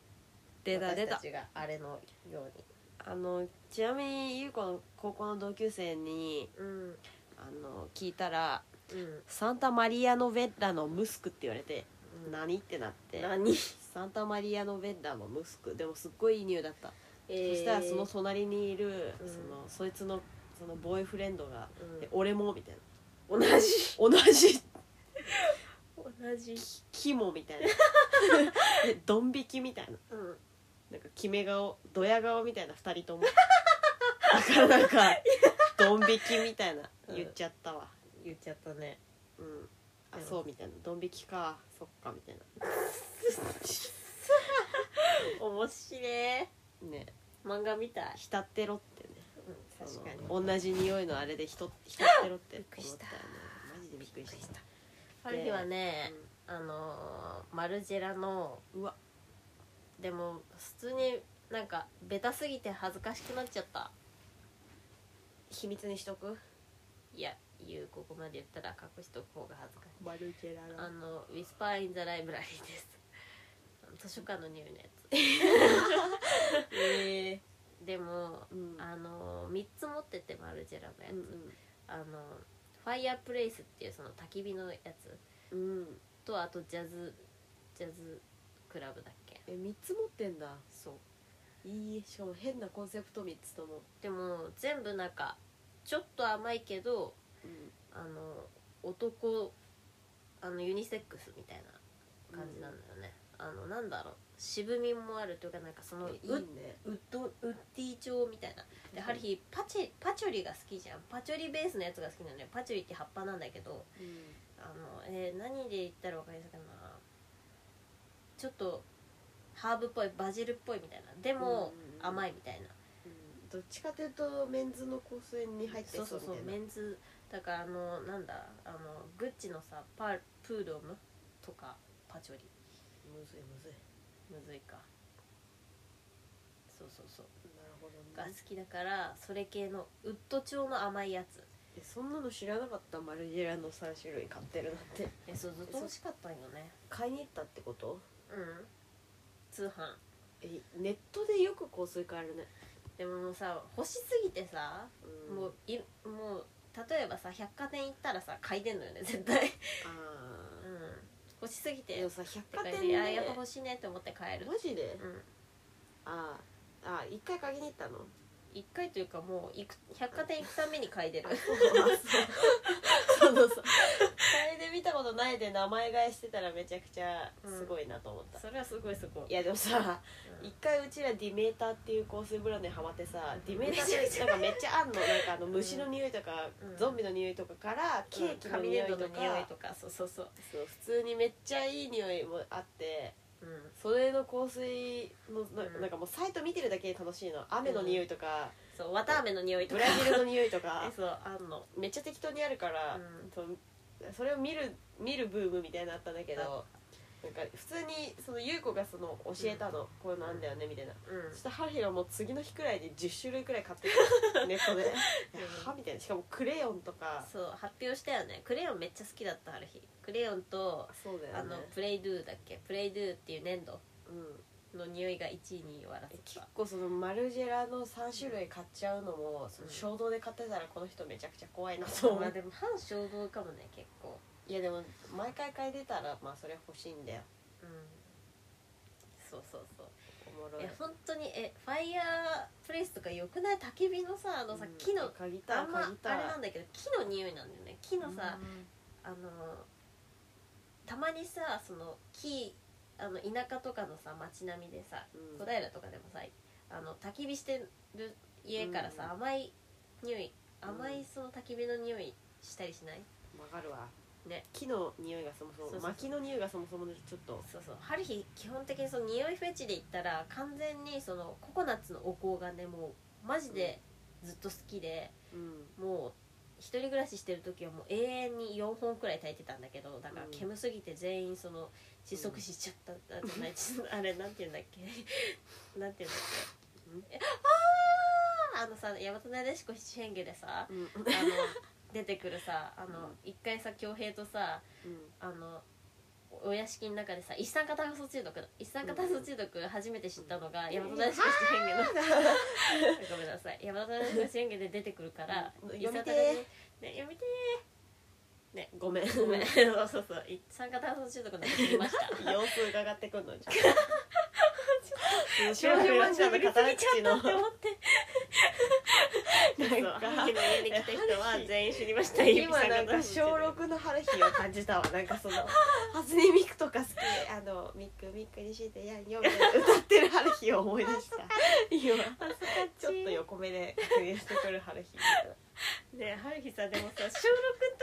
[SPEAKER 3] 出た出
[SPEAKER 2] 私た
[SPEAKER 3] た
[SPEAKER 2] ちがあれのように
[SPEAKER 3] あのちなみに優子の高校の同級生に
[SPEAKER 2] うん
[SPEAKER 3] あの聞いたら
[SPEAKER 2] うん
[SPEAKER 3] 「サンタマリアのベッダのムスク」って言われて「何?」ってなって
[SPEAKER 2] 何
[SPEAKER 3] 「サンタマリアのベッダのムスク」でもすっごいいい匂いだった、そ
[SPEAKER 2] そ
[SPEAKER 3] したらその隣にいる、
[SPEAKER 2] うん
[SPEAKER 3] そのそいつのそのボーイフレンドが「え
[SPEAKER 2] う、
[SPEAKER 3] 俺も」みたいなん
[SPEAKER 2] 同じ
[SPEAKER 3] 「同じ
[SPEAKER 2] 同じ
[SPEAKER 3] 木も」みた いなでドン引きみたいな
[SPEAKER 2] うん
[SPEAKER 3] なんか決め顔ドヤ顔みたいな2人ともだからなん かドン引きみたいな
[SPEAKER 2] うん
[SPEAKER 3] 言っちゃったわ
[SPEAKER 2] 言っちゃったね
[SPEAKER 3] うんあ
[SPEAKER 2] うん
[SPEAKER 3] そうみたいなドン引きかそっかみたい
[SPEAKER 2] 面白い
[SPEAKER 3] なね
[SPEAKER 2] 漫画みたい、
[SPEAKER 3] 浸ってろってね
[SPEAKER 2] うん、
[SPEAKER 3] そ
[SPEAKER 2] 確
[SPEAKER 3] の
[SPEAKER 2] かに
[SPEAKER 3] 同じ匂いのあれでひと浸ってろって思
[SPEAKER 2] くり
[SPEAKER 3] っ
[SPEAKER 2] したた
[SPEAKER 3] よねマジでびっくりした
[SPEAKER 2] ある日はね、あのーマルジェラの
[SPEAKER 3] うわ
[SPEAKER 2] でも普通になんかベタすぎて恥ずかしくなっちゃった
[SPEAKER 3] 秘密にしとく
[SPEAKER 2] いや言うここまで言ったら隠しとく方が恥ずかしい
[SPEAKER 3] マルジェ
[SPEAKER 2] あの「ウィスパー・イン・ザ・ライブラリー」です あの図書館の匂いのや
[SPEAKER 3] ええ
[SPEAKER 2] つでも
[SPEAKER 3] うん
[SPEAKER 2] あの3つ持っててマルジェラのやつ、
[SPEAKER 3] うん
[SPEAKER 2] あのファイアープレイスっていうその焚き火のやつ
[SPEAKER 3] うんうん
[SPEAKER 2] とあとジャズジャズクラブだっけ
[SPEAKER 3] え3つ持ってんだそういいえしかも変なコンセプト3つとも
[SPEAKER 2] でも全部なんかちょっと甘いけど
[SPEAKER 3] うん
[SPEAKER 2] あの男あのユニセックスみたいな感じなんだよね、あのなんだろう渋みもあるというかなんかその
[SPEAKER 3] いい
[SPEAKER 2] ウッ
[SPEAKER 3] ね
[SPEAKER 2] ウッドウッディ調みたいなでハリヒパチェパチョリが好きじゃんパチョリベースのやつが好きなのよパチョリって葉っぱなんだけど
[SPEAKER 3] うん
[SPEAKER 2] あの、えー何で言ったら分かりやすいかなちょっとハーブっぽいバジルっぽいみたいなでも
[SPEAKER 3] うんうんうん
[SPEAKER 2] 甘いみたいな
[SPEAKER 3] うんどっちかというとメンズの香水に入って
[SPEAKER 2] そうそうそうメンズだからあのなんだあのグッチのさパプードムとかパチョリ
[SPEAKER 3] むずいむずい
[SPEAKER 2] むずいかそうそうそう
[SPEAKER 3] なるほど
[SPEAKER 2] が好
[SPEAKER 3] ね
[SPEAKER 2] きだからそれ系のウッド調の甘いやつ
[SPEAKER 3] えそんなの知らなかったマルジェラの3種類買ってるなんて
[SPEAKER 2] えそうずっと欲しかったんよね
[SPEAKER 3] 買いに行ったってこと
[SPEAKER 2] うん通販
[SPEAKER 3] えネットでよく香水買えるね、
[SPEAKER 2] でももうさ欲しすぎてさ、
[SPEAKER 3] うん
[SPEAKER 2] もういもう例えばさ百貨店行ったらさ買いでんのよね絶対
[SPEAKER 3] あ
[SPEAKER 2] うん欲しすぎ
[SPEAKER 3] あ
[SPEAKER 2] て
[SPEAKER 3] でもさ百
[SPEAKER 2] て
[SPEAKER 3] 貨
[SPEAKER 2] か
[SPEAKER 3] 店
[SPEAKER 2] い
[SPEAKER 3] で
[SPEAKER 2] ややっぱ欲しいねって思って買える
[SPEAKER 3] マジで
[SPEAKER 2] うん
[SPEAKER 3] ああああ一回買いに行ったの
[SPEAKER 2] 一回というかもう行く百貨店行くために買 いでる
[SPEAKER 3] そうそうそう買いで見たことないで名前買いしてたらめちゃくちゃすごいなと思った、
[SPEAKER 2] それはすごいすごい
[SPEAKER 3] いやでもさ
[SPEAKER 2] うん
[SPEAKER 3] 一回うちらディメーターっていう香水ブランドにハマってさディメーターってなんかめっちゃあんのなんかあの虫の匂いとか、
[SPEAKER 2] うん
[SPEAKER 3] ゾンビの匂いとかからケーキの
[SPEAKER 2] 紙
[SPEAKER 3] 匂い
[SPEAKER 2] 粘
[SPEAKER 3] と
[SPEAKER 2] 土
[SPEAKER 3] か
[SPEAKER 2] の匂いとかそうそうそう
[SPEAKER 3] そう普通にめっちゃいい匂いもあって
[SPEAKER 2] うん
[SPEAKER 3] それの香水のな
[SPEAKER 2] うん
[SPEAKER 3] なんかもうサイト見てるだけで楽しいの雨の匂いとか、
[SPEAKER 2] そう綿飴の匂いと
[SPEAKER 3] ブ
[SPEAKER 2] か
[SPEAKER 3] ラジルの匂いと
[SPEAKER 2] え
[SPEAKER 3] か
[SPEAKER 2] そうあんの
[SPEAKER 3] めっちゃ適当にあるから、
[SPEAKER 2] うん
[SPEAKER 3] そのそれを見る見るブームみたいなのあったんだけどなんか普通にその優子がその教えたの、こういうのあんだよねみたいな。
[SPEAKER 2] うん
[SPEAKER 3] そしてハヒロも次の日くらいに10種類くらい買って たネットでいや歯みたいなしかもクレヨンとか
[SPEAKER 2] そう発表したよねクレヨンめっちゃ好きだったある日クレヨンと
[SPEAKER 3] そうだ
[SPEAKER 2] あのプレイドゥだっけプレイドゥっていう粘土
[SPEAKER 3] うん、
[SPEAKER 2] の匂いが1位に終わら
[SPEAKER 3] え
[SPEAKER 2] せ
[SPEAKER 3] 結
[SPEAKER 2] た
[SPEAKER 3] 構そのマルジェラの3種類買っちゃうのも、その衝動で買ってたらこの人めちゃくちゃ怖いなと思
[SPEAKER 2] まあ
[SPEAKER 3] う
[SPEAKER 2] でも反衝動かもね結構
[SPEAKER 3] いやでも毎回買い出たらまあそれ欲しいんだよ
[SPEAKER 2] うんそうそうそう
[SPEAKER 3] おもろ
[SPEAKER 2] い
[SPEAKER 3] い
[SPEAKER 2] や本当にえファイヤープレイスとかよくない焚き火のさあのさ、木の
[SPEAKER 3] 鍵た
[SPEAKER 2] あんま
[SPEAKER 3] 嗅ぎたい
[SPEAKER 2] あれなんだけど木の匂いなんだよね木のさ、あのたまにさその木あの田舎とかのさ街並みでさ
[SPEAKER 3] うん
[SPEAKER 2] 小平とかでもさあの焚き火してる家からさ、甘い匂い甘
[SPEAKER 3] う
[SPEAKER 2] い
[SPEAKER 3] ん
[SPEAKER 2] その焚き火の匂いしたりしない、
[SPEAKER 3] わかるわ
[SPEAKER 2] ね
[SPEAKER 3] 木の匂いがそもそも
[SPEAKER 2] そうそうそう
[SPEAKER 3] 薪の匂いがそもそもねちょっと
[SPEAKER 2] そうそう春日基本的にその匂いフェチで言ったら完全にそのココナッツのお香がねもうマジでずっと好きで。
[SPEAKER 3] うん
[SPEAKER 2] もう一人暮らししてる時はもう永遠に4本くらい炊いてたんだけどだから
[SPEAKER 3] うん
[SPEAKER 2] 煙すぎて全員その窒息死しちゃった、あ じゃないあれなんて言うんだっけ なんて言うんだっけえあーあのさ大和なでしこシェンゲでさ
[SPEAKER 3] うん
[SPEAKER 2] あの出てくるさあの、
[SPEAKER 3] うん
[SPEAKER 2] 一回さ恭平とさ
[SPEAKER 3] うん
[SPEAKER 2] あのお屋敷の中でさ一酸化炭素中毒だ一酸化炭素中毒初めて知ったのが山田大志宣言の ごめんなさい山田大志宣言で出てくるから
[SPEAKER 3] うん
[SPEAKER 2] 一酸化炭素
[SPEAKER 3] 読みて
[SPEAKER 2] ね読みて ーねごめんごめんそうそうそう一酸化炭素中毒になってきました
[SPEAKER 3] 様子伺ってくるの に 少女漫画の語り口 の
[SPEAKER 2] って思って
[SPEAKER 3] なんか
[SPEAKER 5] の家に来た人は全員知りましたよ
[SPEAKER 3] 今なんか小六の春日を感じたわなんか その初音ミクとか好きあのミクミクにしてやんよみたいな歌ってる春日を思い出した今ちょっと横目で確認してくる春日みたいな
[SPEAKER 2] ねえ春日さでもさ小6の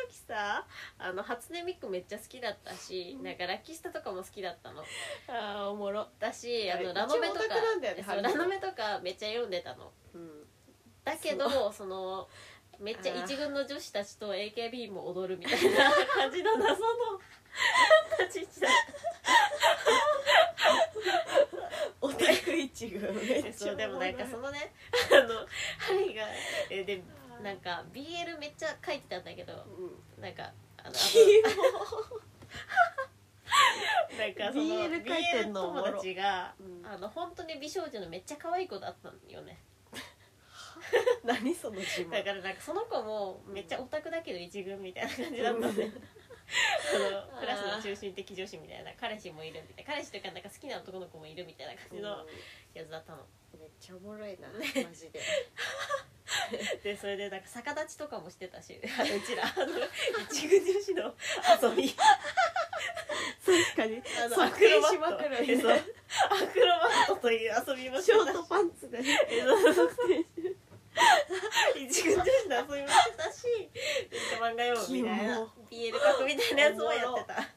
[SPEAKER 2] 時さあの初音ミクめっちゃ好きだったしなんかラッキースタとかも好きだったの
[SPEAKER 3] あーおもろ、
[SPEAKER 2] だしあ
[SPEAKER 3] あれ
[SPEAKER 2] のラノベとか
[SPEAKER 3] 一応オタクなんだよね
[SPEAKER 2] そう
[SPEAKER 3] 春
[SPEAKER 2] ラ
[SPEAKER 3] 日
[SPEAKER 2] ノベとかめっちゃ読んでたの
[SPEAKER 3] うん、
[SPEAKER 2] だけどそのめっちゃ一軍の女子たちと AKB も踊るみたいな感 じの謎の立ち位置だっ
[SPEAKER 3] オタク一群め
[SPEAKER 2] た
[SPEAKER 3] っ
[SPEAKER 2] ね
[SPEAKER 3] ち
[SPEAKER 2] そ
[SPEAKER 3] ゃ
[SPEAKER 2] うでもなんかそ
[SPEAKER 3] の
[SPEAKER 2] のねあの春日がえでなんか BL めっちゃ書いてたんだけど なんかあの
[SPEAKER 3] キモ
[SPEAKER 2] なんかその
[SPEAKER 3] BL 書いてんのおも
[SPEAKER 2] BL
[SPEAKER 3] ろ
[SPEAKER 2] 友達が、
[SPEAKER 3] うん
[SPEAKER 2] あの本当に美少女のめっちゃ可愛い子だったんよね
[SPEAKER 3] 何その自
[SPEAKER 2] だ
[SPEAKER 3] 慢
[SPEAKER 2] からなんかその子もめっちゃオタクだけど一軍みたいな感じだったんで、
[SPEAKER 3] う
[SPEAKER 2] あのクラスの中心的女子みたいな彼氏もいるみたいな彼氏というかなんか好きな男の子もいるみたいな感じのやつだったの、
[SPEAKER 3] めっちゃおもろいなマジで
[SPEAKER 2] でそれでなんか逆立ちとかもしてたしあのうちらあの一軍女子の遊び
[SPEAKER 3] 確かに
[SPEAKER 2] あの
[SPEAKER 3] そう
[SPEAKER 2] アクロバット
[SPEAKER 3] しまくる
[SPEAKER 2] えそうアクロバットという遊びも し
[SPEAKER 3] シ
[SPEAKER 2] て
[SPEAKER 3] ョ
[SPEAKER 2] た
[SPEAKER 3] ー
[SPEAKER 2] し
[SPEAKER 3] トパンツで
[SPEAKER 2] 一軍女子の遊びもしてたしめっちゃ漫画読むみたいな BL 格みたいなやつもやってた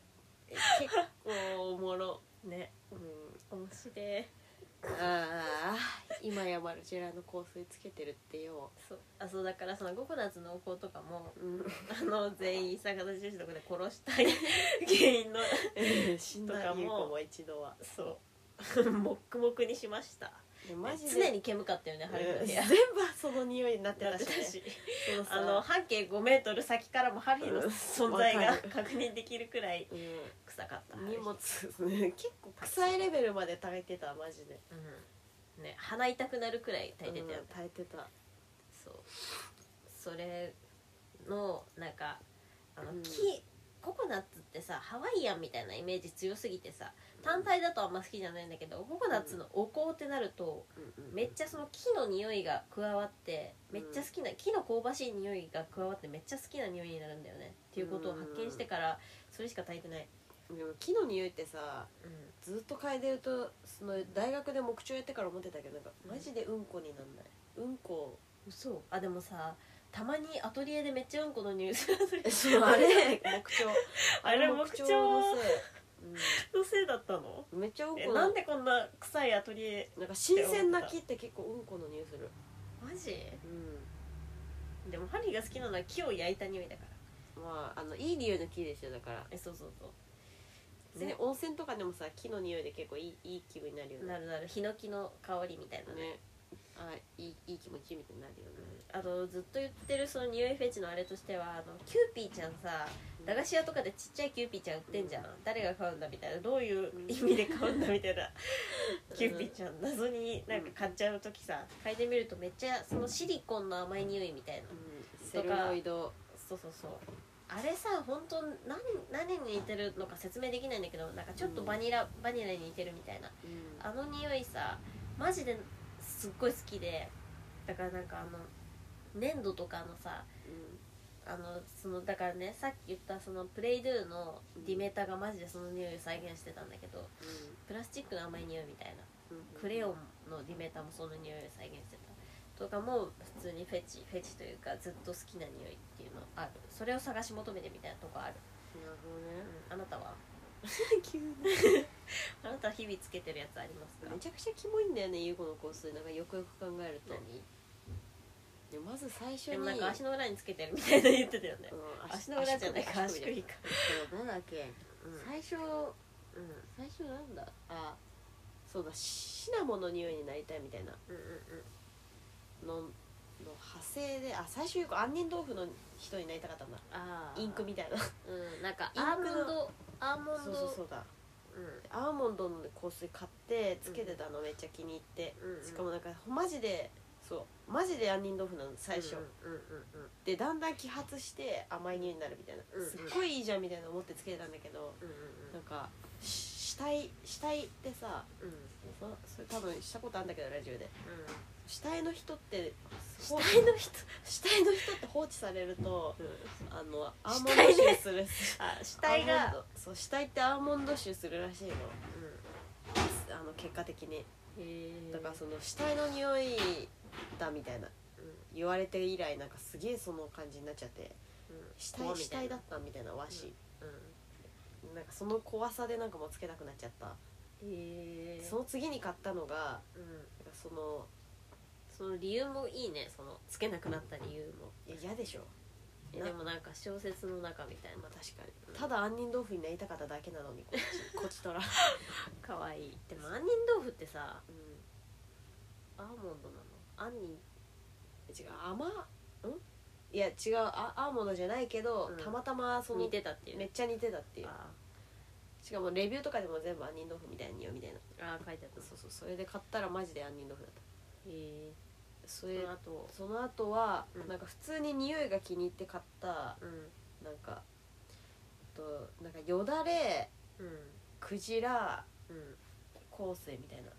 [SPEAKER 3] 結構おもろ、
[SPEAKER 2] ね
[SPEAKER 3] うん
[SPEAKER 2] 面白い
[SPEAKER 3] ああ今やマルジェラの香水つけてるってよ、
[SPEAKER 2] そうあそうだからその「ココナッツの子」とかもあの全員逆立ち女子とかで殺したい原因の
[SPEAKER 3] 死んだ
[SPEAKER 2] とかも
[SPEAKER 3] 優子も一度 は
[SPEAKER 2] そう 黙々にしました
[SPEAKER 3] でマジで
[SPEAKER 2] 常に煙かったよね春
[SPEAKER 3] うん
[SPEAKER 2] 日
[SPEAKER 3] 全
[SPEAKER 2] の
[SPEAKER 3] 部 その匂いになって
[SPEAKER 2] 部屋だ
[SPEAKER 3] た
[SPEAKER 2] っ
[SPEAKER 3] してね
[SPEAKER 2] たし
[SPEAKER 3] そのさ
[SPEAKER 2] あの半径5メートル先からも春日の
[SPEAKER 3] うん
[SPEAKER 2] 存在が
[SPEAKER 3] わかる
[SPEAKER 2] 確認できるくらい
[SPEAKER 3] うん
[SPEAKER 2] 臭かった
[SPEAKER 3] 荷物 結構臭いレベルまで炊いてたマジで
[SPEAKER 2] うんね鼻痛くなるくらい炊いてたよね
[SPEAKER 3] うん炊いてた
[SPEAKER 2] そうそれのなんかあの、
[SPEAKER 3] うん
[SPEAKER 2] 木ココナッツってさハワイアンみたいなイメージ強すぎてさ単体だとあんま好きじゃないんだけどココナッツのお香ってなるとめっちゃその木の匂いが加わってめっちゃ好きな木の香ばしい匂いが加わってめっちゃ好きな匂いになるんだよねっていうことを発見してからそれしか炊いてない、
[SPEAKER 3] でも木の匂いってさ
[SPEAKER 2] うん、
[SPEAKER 3] ずっと嗅いでるとその大学で木彫やってから思ってたけどなんかマジでうんこになんないうんこ
[SPEAKER 2] 嘘あでもさたまにアトリエでめっちゃうんこの匂いする時
[SPEAKER 3] そうあれ木彫
[SPEAKER 2] あれ木
[SPEAKER 3] 彫
[SPEAKER 2] 彫
[SPEAKER 3] の
[SPEAKER 2] の
[SPEAKER 3] せ
[SPEAKER 2] せいだったの
[SPEAKER 3] い、うん、めっちゃうん
[SPEAKER 2] え
[SPEAKER 3] こ
[SPEAKER 2] なんでこんな臭いアトリエ
[SPEAKER 3] なんか新鮮な木って結構うんこの匂いする
[SPEAKER 2] マジ
[SPEAKER 3] う
[SPEAKER 2] でもハリーが好きなのは木を焼いた匂いだから
[SPEAKER 3] んまああのいい匂いの木ですよだから
[SPEAKER 2] えそうそうそ
[SPEAKER 3] 別に
[SPEAKER 2] ね
[SPEAKER 3] 温泉とかでもさ木の匂いで結構いいいい気分になるよ
[SPEAKER 2] う
[SPEAKER 3] ね
[SPEAKER 2] なるなるヒノキの香りみたいなね
[SPEAKER 3] ねあいいいい気持ちみたいになるよね
[SPEAKER 2] あとずっと言ってるその匂いフェチのあれとしてはあのキューピーちゃんさ駄菓子屋とかでちっちゃいキューピーちゃん売ってんじゃん、誰が買うんだみたいなどういう意味で買うんだみたいな、キューピーちゃん謎になんか買っちゃう時さ嗅いでみるとめっちゃそのシリコンの甘い匂いみたいな
[SPEAKER 3] うん
[SPEAKER 2] と
[SPEAKER 3] セ
[SPEAKER 2] か
[SPEAKER 3] ルロイド
[SPEAKER 2] そうそうそうあれさ本当何何に似てるのか説明できないんだけどなんかちょっとバニラ、バニラに似てるみたいな
[SPEAKER 3] うん
[SPEAKER 2] あの匂いさマジですっごい好きでだからなんかあの粘土とかのさあのそのだからねさっき言ったそのプレイドゥのディメーターがマジでその匂いを再現してたんだけどプラスチックの甘い匂いみたいな
[SPEAKER 3] うんうん
[SPEAKER 2] クレヨンのディメーターもその匂いを再現してたとかも普通にフェチフェチというかずっと好きな匂いっていうのあるそれを探し求めてみたいなとこある、
[SPEAKER 3] なるほど
[SPEAKER 2] う
[SPEAKER 3] ね
[SPEAKER 2] ん、あなたは
[SPEAKER 3] 急に
[SPEAKER 2] あなたは日々つけてるやつあります か
[SPEAKER 3] めちゃくちゃキモいんだよね優子の香水なんかよくよく考えると
[SPEAKER 2] 何
[SPEAKER 3] でまず最初に
[SPEAKER 2] でもなんか足の裏につけてるみたいな言ってたよね
[SPEAKER 3] うん
[SPEAKER 2] 足の裏じゃないか足
[SPEAKER 3] 首
[SPEAKER 2] 首か
[SPEAKER 3] そうなんだっけ
[SPEAKER 2] うん
[SPEAKER 3] 最初最初なんだあそうだシナモンの匂いになりたいみたいな
[SPEAKER 2] うんうん
[SPEAKER 3] のの派生であ最初よく杏仁豆腐の人になりたかったんだ
[SPEAKER 2] あー
[SPEAKER 3] インクみたいな
[SPEAKER 2] うんなんか
[SPEAKER 3] インクの
[SPEAKER 2] アーモンド
[SPEAKER 6] アーモン
[SPEAKER 3] そ
[SPEAKER 6] ド
[SPEAKER 3] うそうそうだアーモンドの香水買ってつけてたのめっちゃ気に入って、
[SPEAKER 2] うんうん
[SPEAKER 3] しかもなんかマジでそうマジで杏仁豆腐なの最初、
[SPEAKER 2] うんうんうん
[SPEAKER 3] でだんだん揮発して甘い匂いになるみたいな、
[SPEAKER 2] うんうん
[SPEAKER 3] すっごいいいじゃんみたいな思ってつけてたんだけど、
[SPEAKER 2] うん
[SPEAKER 3] なんかし死体死体ってさ
[SPEAKER 2] うんうんうん
[SPEAKER 3] そそれ多分したことあるんだけどラジオで死体の人って
[SPEAKER 6] 死
[SPEAKER 3] 放置
[SPEAKER 6] 体の人
[SPEAKER 3] 死体の人って放置されると
[SPEAKER 2] うん
[SPEAKER 3] あのアー
[SPEAKER 6] 死
[SPEAKER 3] モン
[SPEAKER 6] 体ね
[SPEAKER 3] ド臭する
[SPEAKER 6] あ死体
[SPEAKER 3] アーモン
[SPEAKER 6] が
[SPEAKER 3] ドそう死体ってアーモンド臭するらしいの
[SPEAKER 2] うん
[SPEAKER 3] あの結果的に
[SPEAKER 2] へー
[SPEAKER 3] だからその死体の匂いだみたいな
[SPEAKER 2] う
[SPEAKER 3] 言われて以来なんかすげえその感じになっちゃって
[SPEAKER 2] んうん
[SPEAKER 3] 死
[SPEAKER 2] 怖
[SPEAKER 3] 体
[SPEAKER 2] み
[SPEAKER 3] 死
[SPEAKER 2] たい
[SPEAKER 3] 体
[SPEAKER 2] な
[SPEAKER 3] だったみたいな和紙、
[SPEAKER 2] うん
[SPEAKER 3] なんかその怖さでなんかもうつけたくなっちゃった、
[SPEAKER 2] へー
[SPEAKER 3] その次に買ったのが
[SPEAKER 2] うん
[SPEAKER 3] なんかその
[SPEAKER 2] その理由もいいねそのつけなくなった理由も
[SPEAKER 3] いや嫌でしょ
[SPEAKER 2] え
[SPEAKER 3] な
[SPEAKER 2] でもなんか小説の中みたい
[SPEAKER 3] ま
[SPEAKER 2] な
[SPEAKER 3] あ確かにただ杏仁豆腐になりたかっただけなのにこっ ちこっちとら、うん、
[SPEAKER 2] 可愛いでも杏仁豆腐ってさアーモンドなの杏仁
[SPEAKER 3] 違う甘んいや違うあアーモンドじゃないけど、
[SPEAKER 2] うん
[SPEAKER 3] たまたまそ
[SPEAKER 2] と
[SPEAKER 3] の
[SPEAKER 2] 似てたっていう
[SPEAKER 3] めっちゃ似てたっていう
[SPEAKER 2] あ
[SPEAKER 3] しかもレビューとかでも全部杏仁豆腐みたいによみたいな
[SPEAKER 2] ーあー書いてあった
[SPEAKER 3] そうそうそれで買ったらマジで杏仁豆腐だった
[SPEAKER 2] へえ
[SPEAKER 3] そ
[SPEAKER 2] そ
[SPEAKER 3] れ
[SPEAKER 2] の後
[SPEAKER 3] その後は、
[SPEAKER 2] うん
[SPEAKER 3] なんか普通に匂いが気に入って買った
[SPEAKER 2] うん
[SPEAKER 3] なんかえっとなんかよだれ
[SPEAKER 2] うん
[SPEAKER 3] クジラ
[SPEAKER 2] うん
[SPEAKER 3] 香水みたいな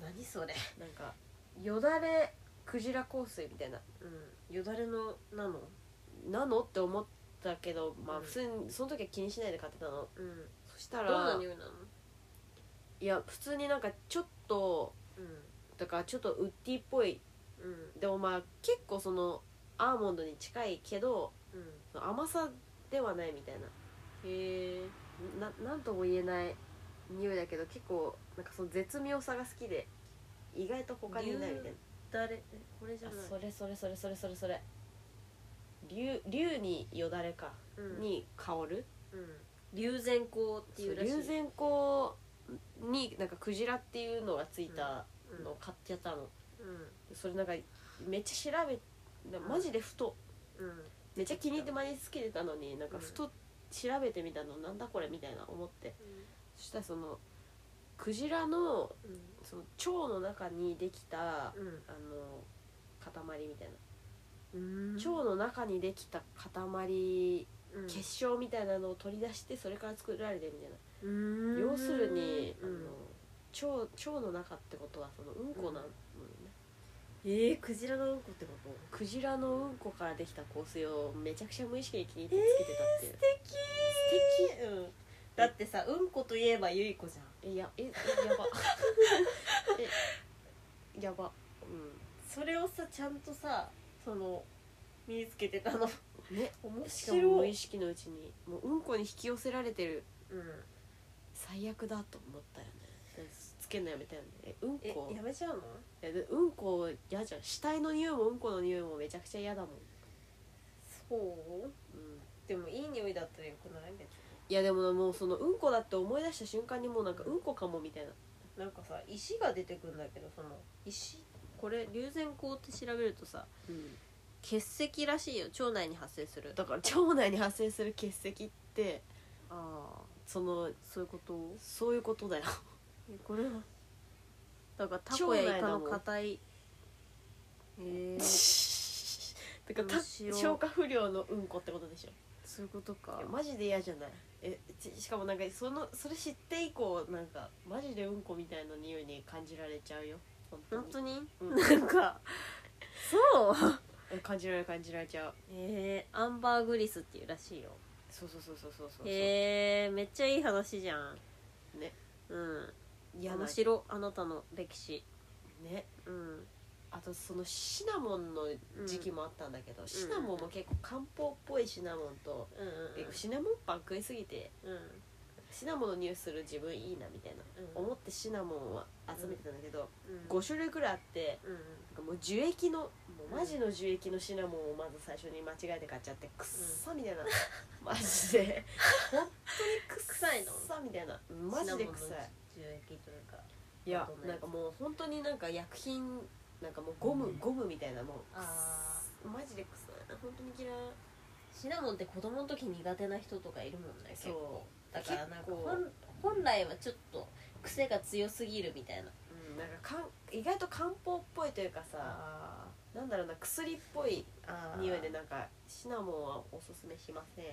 [SPEAKER 2] 何それ
[SPEAKER 3] なんかよだれクジラ香水みたいな
[SPEAKER 2] うんよだれのなの
[SPEAKER 3] なのって思ったけどまあ
[SPEAKER 2] うん
[SPEAKER 3] 普通にその時は気にしないで買ってたの
[SPEAKER 2] うん
[SPEAKER 3] そした
[SPEAKER 2] どんな
[SPEAKER 3] ら
[SPEAKER 2] 匂いなの
[SPEAKER 3] いや普通になんかちょっと
[SPEAKER 2] うん
[SPEAKER 3] だからちょっとウッディっぽい
[SPEAKER 2] うん
[SPEAKER 3] でもまあ結構そのアーモンドに近いけど
[SPEAKER 2] うん
[SPEAKER 3] 甘さではないみたいな
[SPEAKER 2] へえ
[SPEAKER 3] ななんとも言えない匂いだけど結構なんかその絶妙さが好きで意外と他にいないみたい
[SPEAKER 2] 誰えこれじ
[SPEAKER 3] な
[SPEAKER 2] ゃ
[SPEAKER 3] あ
[SPEAKER 2] ない
[SPEAKER 3] それそれそれそれそれそれ竜竜によだれか、
[SPEAKER 2] うん
[SPEAKER 3] に香る
[SPEAKER 2] うん龍涎香っていうらしい
[SPEAKER 3] 竜涎香になんかクジラっていうのがついた
[SPEAKER 2] うん
[SPEAKER 3] のを買っちゃったの、
[SPEAKER 2] うん
[SPEAKER 3] それなんかめっちゃ調べなマジでふと
[SPEAKER 2] うん
[SPEAKER 3] めっちゃ気に入って毎日つけてたのになんか
[SPEAKER 2] うん
[SPEAKER 3] ふと調べてみたのなんだこれみたいな思ってそしたらそのクジラの
[SPEAKER 2] うん
[SPEAKER 3] その腸の中にできたあ
[SPEAKER 2] うん
[SPEAKER 3] の塊みたいな、
[SPEAKER 2] うん
[SPEAKER 3] 腸の中にできた塊
[SPEAKER 2] うん
[SPEAKER 3] 結晶みたいなのを取り出してそれから作られてるみたいな、
[SPEAKER 2] うん
[SPEAKER 3] 要するに、
[SPEAKER 2] うん
[SPEAKER 3] あの腸腸の中ってことはそのうんこなのね、
[SPEAKER 2] えー、クジラのうんこってこと
[SPEAKER 3] クジラのうんこからできた香水をめちゃくちゃ無意識に気に入ってつけてたっていう、
[SPEAKER 2] 敵素敵、うん、だってさうんこといえばゆいこじゃん
[SPEAKER 3] えやええやば えやばう
[SPEAKER 2] それをさちゃんとさその身につけてたの
[SPEAKER 3] んね
[SPEAKER 2] 面
[SPEAKER 3] しかも
[SPEAKER 2] 白
[SPEAKER 3] 無
[SPEAKER 2] い
[SPEAKER 3] 意識のうちにもううんこに引き寄せられてる
[SPEAKER 2] うん
[SPEAKER 3] 最悪だと思ったよねつけるのやめたよねえうん
[SPEAKER 2] え
[SPEAKER 3] こ
[SPEAKER 2] やめちゃうの
[SPEAKER 3] えでうんこ嫌じゃん死体の匂いもうんこの匂いもめちゃくちゃ嫌だもん、
[SPEAKER 2] そう
[SPEAKER 3] うん、
[SPEAKER 2] でもいい匂いだったらよくない別に
[SPEAKER 3] いやでももうそのうんこだって思い出した瞬間にもうなんかうんこかもみたいな
[SPEAKER 2] なんかさ石が出てくんだけどその石これ龍涎香って調べるとさ結石らしいよ腸内に発生する
[SPEAKER 3] だから腸内に発生する結石って
[SPEAKER 2] ああ
[SPEAKER 3] その
[SPEAKER 2] そういうこと
[SPEAKER 3] そういうことだよ
[SPEAKER 2] これはだからタコやイカの硬いへえ
[SPEAKER 3] だからた
[SPEAKER 2] 面白い
[SPEAKER 3] 消化不良のうんこってことでしょ
[SPEAKER 2] そういうことか
[SPEAKER 3] いやマジで嫌じゃないえちしかもなんかそのそれ知って以降なんかマジでうんこみたいな匂いに感じられちゃうよ本当に
[SPEAKER 2] 本当に
[SPEAKER 3] うん
[SPEAKER 2] なんか そう
[SPEAKER 3] え感じられる感じられちゃう
[SPEAKER 2] えー、アンバーグリスっていうらしいよ
[SPEAKER 3] そうそうそうそうそうそう
[SPEAKER 2] へえー、めっちゃいい話じゃん
[SPEAKER 3] ね
[SPEAKER 2] うん
[SPEAKER 3] 嫌な
[SPEAKER 2] 面白いあなたの歴史
[SPEAKER 3] ね
[SPEAKER 2] うん
[SPEAKER 3] あとそのシナモンの時期もあったんだけど、シナモンも結構漢方っぽいシナモンと、
[SPEAKER 2] うんうん
[SPEAKER 3] 結構シナモンパン食いすぎて
[SPEAKER 2] うん
[SPEAKER 3] シナモンの匂いする自分いいなみたいな、
[SPEAKER 2] うん
[SPEAKER 3] 思ってシナモンは集めてたんだけど、
[SPEAKER 2] うん
[SPEAKER 3] 5種類くらいあって
[SPEAKER 2] うん
[SPEAKER 3] なんかもう樹液のもうマジの樹液のシナモンをまず最初に間違えて買っちゃってくっさみたいな、マジ で本当にくっ
[SPEAKER 2] 臭いの
[SPEAKER 3] さみたいなマジで臭
[SPEAKER 2] シナ
[SPEAKER 3] い
[SPEAKER 2] モンの樹液というか
[SPEAKER 3] いや
[SPEAKER 2] どんな
[SPEAKER 3] な
[SPEAKER 2] やつ
[SPEAKER 3] んかもう本当になんか薬品なんかもうゴム、ゴムみたいなもうくっ
[SPEAKER 2] あ
[SPEAKER 3] マジで臭い本当に嫌い
[SPEAKER 2] シナモンって子供の時苦手な人とかいるもんね
[SPEAKER 3] そう
[SPEAKER 2] だからなん
[SPEAKER 3] 結
[SPEAKER 2] か
[SPEAKER 3] 構
[SPEAKER 2] 本本来はちょっと癖が強すぎるみたいな
[SPEAKER 3] うん、なんかかん意外と漢方っぽいというかさ
[SPEAKER 2] あ
[SPEAKER 3] なんだろうな薬っぽい
[SPEAKER 2] あ
[SPEAKER 3] 匂いでなんかシナモンはおすすめしません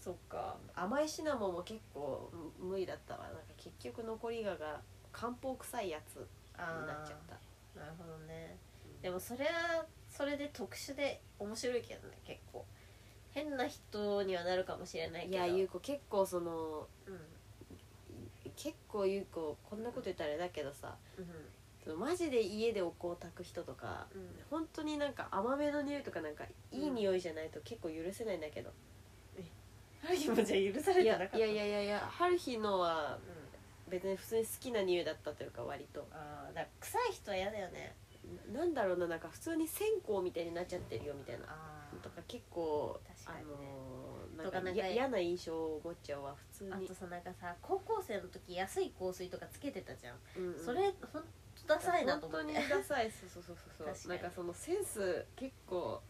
[SPEAKER 3] そっか甘いシナモンも結構む無理だったわなんか結局残りがが漢方臭いやつになっちゃった
[SPEAKER 2] たなるほどね
[SPEAKER 3] うん
[SPEAKER 2] でもそれはそれで特殊で面白いけどね結構変な人にはなるかもしれないけ
[SPEAKER 3] い
[SPEAKER 2] ど
[SPEAKER 3] や優子結構その
[SPEAKER 2] うん
[SPEAKER 3] 結構優子こんなこと言ったらあれだけどさ
[SPEAKER 2] うん
[SPEAKER 3] そのマジで家でお香を焚く人とか
[SPEAKER 2] うん
[SPEAKER 3] 本当になんか甘めの匂いとかなんかいい匂いじゃないと結構許せないんだけど、
[SPEAKER 2] ハリーもじゃあ許され
[SPEAKER 3] い
[SPEAKER 2] て
[SPEAKER 3] や
[SPEAKER 2] なかった
[SPEAKER 3] いやいやいやいや春日のは
[SPEAKER 2] うん
[SPEAKER 3] 別に普通に好きな匂いだったというか割と
[SPEAKER 2] ああだから臭い人は嫌だよね
[SPEAKER 3] ななんだろうななんか普通に線香みたいになっちゃってるよみたいな
[SPEAKER 2] あ
[SPEAKER 3] とか結構
[SPEAKER 2] 確
[SPEAKER 3] あ
[SPEAKER 2] かにね
[SPEAKER 3] のーなん
[SPEAKER 2] とかな
[SPEAKER 3] か
[SPEAKER 2] んか
[SPEAKER 3] や嫌な印象を持っちゃうわ普通
[SPEAKER 2] あ
[SPEAKER 3] に
[SPEAKER 2] と、さなんかさ高校生の時安い香水とかつけてたじゃん、
[SPEAKER 3] うんうん
[SPEAKER 2] それほんとダサいなと思っ
[SPEAKER 3] 本
[SPEAKER 2] て
[SPEAKER 3] 当にダサいそうそうそうそう
[SPEAKER 2] 確
[SPEAKER 3] そ
[SPEAKER 2] か
[SPEAKER 3] う
[SPEAKER 2] に
[SPEAKER 3] なんかそのセンス結構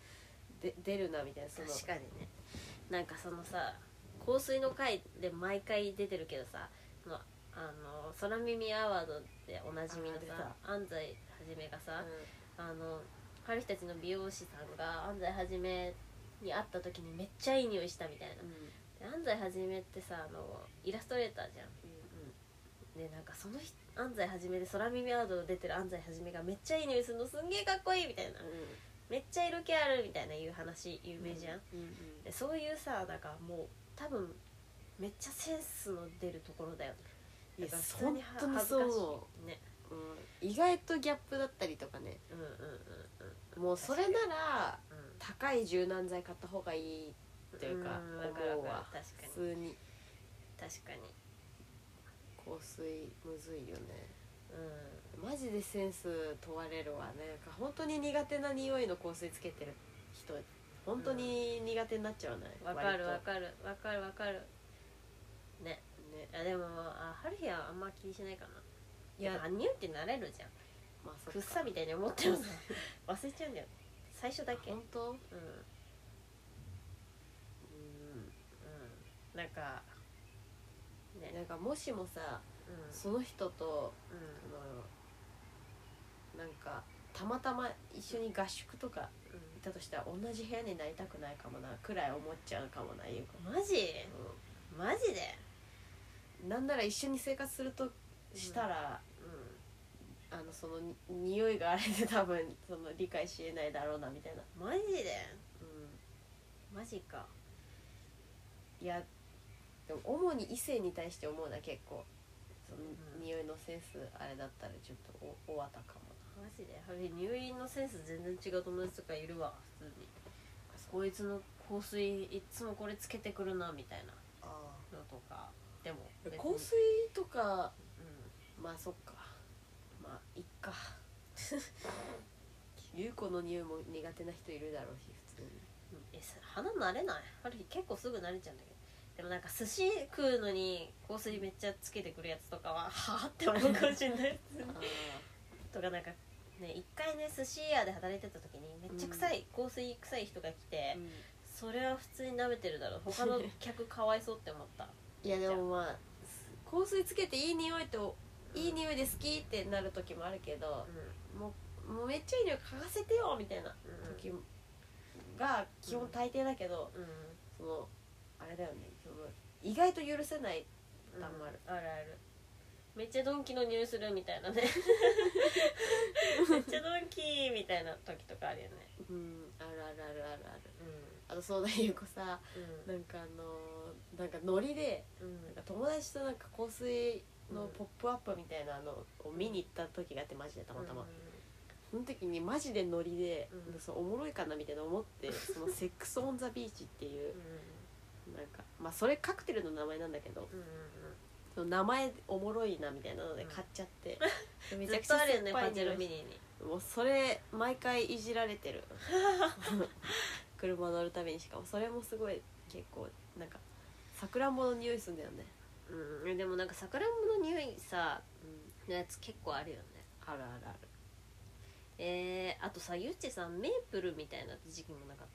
[SPEAKER 3] で出るなみたいなその
[SPEAKER 2] 確かにねなんかそのさ香水の回で毎回出てるけどさそのあの空耳アワードでおなじみのさ安西はじめがさ、あの彼氏たちの美容師さんが安西はじめに会った時にめっちゃいい匂いしたみたい
[SPEAKER 3] うんうん
[SPEAKER 2] なで安西はじめってさあのイラストレーターじゃんでなんかその人安西はじめで空耳アワード出てる安西はじめがめっちゃいい匂いするのすんげえかっこいいみたいな
[SPEAKER 3] うんうん
[SPEAKER 2] めっちゃ色気あるみたいないう話有名じゃん、
[SPEAKER 3] うんうん
[SPEAKER 2] でそういうさなんかもう多分めっちゃセンスの出るところだよね
[SPEAKER 3] いや
[SPEAKER 2] だから普通
[SPEAKER 3] 本
[SPEAKER 2] は
[SPEAKER 3] 当にそう思
[SPEAKER 2] いね
[SPEAKER 3] う、うん、意外とギャップだったりとかね
[SPEAKER 2] うんうんうん
[SPEAKER 3] もうそれなら
[SPEAKER 2] うんうん
[SPEAKER 3] 高い柔軟剤買った方がいいというか
[SPEAKER 2] うんわかる
[SPEAKER 3] 思う
[SPEAKER 2] わ
[SPEAKER 3] わ
[SPEAKER 2] かる確か
[SPEAKER 3] 普
[SPEAKER 2] に
[SPEAKER 3] 通に
[SPEAKER 2] 確かに
[SPEAKER 3] 香水むずいよね
[SPEAKER 2] う
[SPEAKER 3] マジでセンス問われるわねなんか本当に苦手な匂いの香水つけてる人本当に苦手になっちゃわない、
[SPEAKER 2] んわか
[SPEAKER 3] 割
[SPEAKER 2] る
[SPEAKER 3] と
[SPEAKER 2] わかるわかるわかるね
[SPEAKER 3] ね
[SPEAKER 2] あでもあ春日はあんま気にしないかない
[SPEAKER 3] いや
[SPEAKER 2] やニュってなれるじゃん
[SPEAKER 3] まあそっ
[SPEAKER 2] く
[SPEAKER 3] か
[SPEAKER 2] っさみたいに思ってもさ忘れちゃうんだよね最初だけうん
[SPEAKER 3] 本当うん
[SPEAKER 2] うんなんかね
[SPEAKER 3] なんかもしもさ
[SPEAKER 2] うん
[SPEAKER 3] その人とあ
[SPEAKER 2] う
[SPEAKER 3] のなんかたまたま一緒に合宿とか
[SPEAKER 2] ん
[SPEAKER 3] いたとしたら同じ部屋になりたくないかもなくらい思っちゃうかもなゆう
[SPEAKER 2] うんマジ
[SPEAKER 3] 子
[SPEAKER 2] マジで
[SPEAKER 3] なんなら一緒に生活するとしたら、
[SPEAKER 2] う
[SPEAKER 3] あのそのに匂いがあれで多分その理解しえないだろうなみたいな、
[SPEAKER 2] んマジで
[SPEAKER 3] う
[SPEAKER 2] マジか
[SPEAKER 3] ん、いやでも主に異性に対して思うな結構その、
[SPEAKER 2] うん
[SPEAKER 3] 匂いのセンスあれだったらちょっとお終わったかも
[SPEAKER 2] マジで春日入院のセンス全然違う友達とかいるわ普通にこいつの香水いっつもこれつけてくるなみたいな
[SPEAKER 3] な
[SPEAKER 2] のとかでも別に
[SPEAKER 3] 香水とか
[SPEAKER 2] うん
[SPEAKER 3] まあそっかまあいっか ゆう子の匂いも苦手な人いるだろうし普通に
[SPEAKER 2] えさ鼻慣れないある日結構すぐ慣れちゃうんだけどでもなんか寿司食うのに香水めっちゃつけてくるやつとかは はあって思うかもしれない
[SPEAKER 3] あ
[SPEAKER 2] とかなんかね一回ね寿司屋で働いてた時にめっちゃ臭い、香水臭い人が来て、
[SPEAKER 3] ー、
[SPEAKER 2] それは普通に舐めてるだろう他 の客かわいそうって思った
[SPEAKER 3] いやでもまあ香水つけていい匂いといい匂いで好きってなる時もあるけど
[SPEAKER 2] うん、
[SPEAKER 3] もうもうめっちゃいい匂い嗅がせてよみたいな
[SPEAKER 2] う
[SPEAKER 3] 時が基本大抵だけど、
[SPEAKER 2] んうん
[SPEAKER 3] そのあれだよねその意外と許せない
[SPEAKER 2] あ
[SPEAKER 3] たまる
[SPEAKER 2] るあるめっちゃドンキの匂いするみたい なねめっちゃドンキーみたいな時とかあるよね
[SPEAKER 3] うんあるあるあるあるある
[SPEAKER 2] う
[SPEAKER 3] あとそうだゆう子さ
[SPEAKER 2] ん
[SPEAKER 3] な
[SPEAKER 2] うん
[SPEAKER 3] かあのーなんかノリで
[SPEAKER 2] んうん
[SPEAKER 3] なんか友達となんか香水のポップアップみたいなのを見に行った時があってマジでたまたま、その時にマジでノリで、
[SPEAKER 2] うん
[SPEAKER 3] そうおもろいかなみたいな思ってその「セックス・オン・ザ・ビーチ」っていうなんかまあそれカクテルの名前なんだけどその名前おもろいなみたいなので買っちゃって、め
[SPEAKER 2] めちゃくちゃあるよねパジェロミニに
[SPEAKER 3] もうそれ毎回いじられ てる車乗るためにしかもそれもすごい結構なんかさくらんぼの匂いするんだよね、
[SPEAKER 2] うんでもなんか桜んぼの匂いさのやつ結構あるよね
[SPEAKER 3] あるあるある
[SPEAKER 2] えー、あとさゆっちさんメープルみたいな時期もなかっ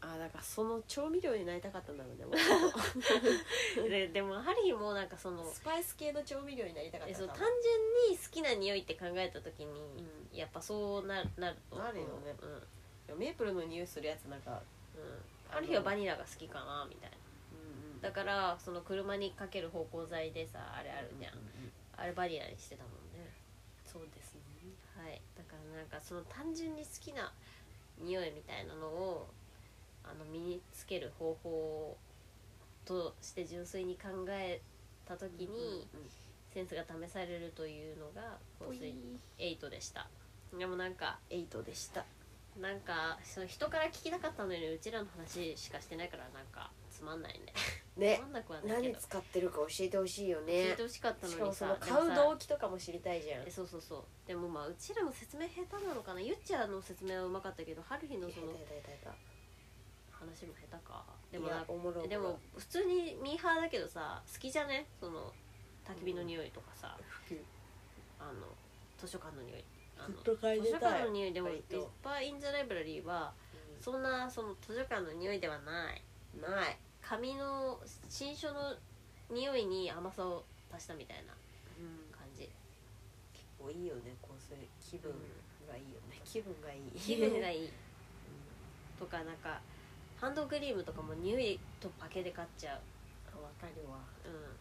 [SPEAKER 2] た
[SPEAKER 3] あーだからその調味料になりたかったんだろうね
[SPEAKER 2] ででもハリーもなんかその
[SPEAKER 3] スパイス系の調味料になりたかっ
[SPEAKER 2] え
[SPEAKER 3] た
[SPEAKER 2] そ
[SPEAKER 3] ん
[SPEAKER 2] う
[SPEAKER 3] だ
[SPEAKER 2] 単純に好きな匂いって考えた時に、やっぱそうなるなると
[SPEAKER 3] なるよね
[SPEAKER 2] うんうん
[SPEAKER 3] メープルの匂いするやつなんか
[SPEAKER 2] ある日はバニラが好きかなみたいな
[SPEAKER 3] うんうん
[SPEAKER 2] だからその車にかける芳香剤でさあれあるじゃん、
[SPEAKER 3] うんうん
[SPEAKER 2] あれバニラにしてたもんね
[SPEAKER 3] そうですね
[SPEAKER 2] はいだからなんかその単純に好きな匂いみたいなのをあの身につける方法として純粋に考えた時にセンスが試されるというのが香水8でしたでもなんか
[SPEAKER 3] エイトでした
[SPEAKER 2] なんかその人から聞きたかったのにうちらの話しかしてないからなんかつまんないねつ
[SPEAKER 3] ね
[SPEAKER 2] まんなくはないけ
[SPEAKER 3] 何
[SPEAKER 2] ど
[SPEAKER 3] 使ってるか教えてほしいよ
[SPEAKER 2] 聞
[SPEAKER 3] ね
[SPEAKER 2] いてほしかった
[SPEAKER 3] し
[SPEAKER 2] の
[SPEAKER 3] かも
[SPEAKER 2] に
[SPEAKER 3] そ
[SPEAKER 2] さ
[SPEAKER 3] の
[SPEAKER 2] で
[SPEAKER 3] 買
[SPEAKER 2] も
[SPEAKER 3] う
[SPEAKER 2] さ
[SPEAKER 3] 動機とかも知りたいじゃん
[SPEAKER 2] えそうそうそうでもまあうちらも説明下手なのかなゆっちゃんの説明はうまかったけど春日のその話も下手かで
[SPEAKER 3] で
[SPEAKER 2] も
[SPEAKER 3] も
[SPEAKER 2] なんか
[SPEAKER 3] おもろいおもろい
[SPEAKER 2] でも普通にミーハーだけどさ好きじゃねその焚き火の匂いとかさ、あの図書館の匂いあ
[SPEAKER 3] ず
[SPEAKER 2] の
[SPEAKER 3] っと嗅い
[SPEAKER 2] 図
[SPEAKER 3] で
[SPEAKER 2] 書
[SPEAKER 3] た
[SPEAKER 2] 館
[SPEAKER 3] い
[SPEAKER 2] の匂いでもい
[SPEAKER 3] 割
[SPEAKER 2] っ
[SPEAKER 3] と
[SPEAKER 2] ぱいインザライブラリーはそんなその図書館の匂いではない
[SPEAKER 3] うんない
[SPEAKER 2] 紙の新書の匂いに甘さを足したみたいな感じ
[SPEAKER 3] 結構いいよね香水気分がいいよね気分がいい
[SPEAKER 2] 気分が
[SPEAKER 3] いい
[SPEAKER 2] いいとかなんかハンドクリームとかも匂いとパケで買っちゃう
[SPEAKER 3] わかるわ
[SPEAKER 2] うん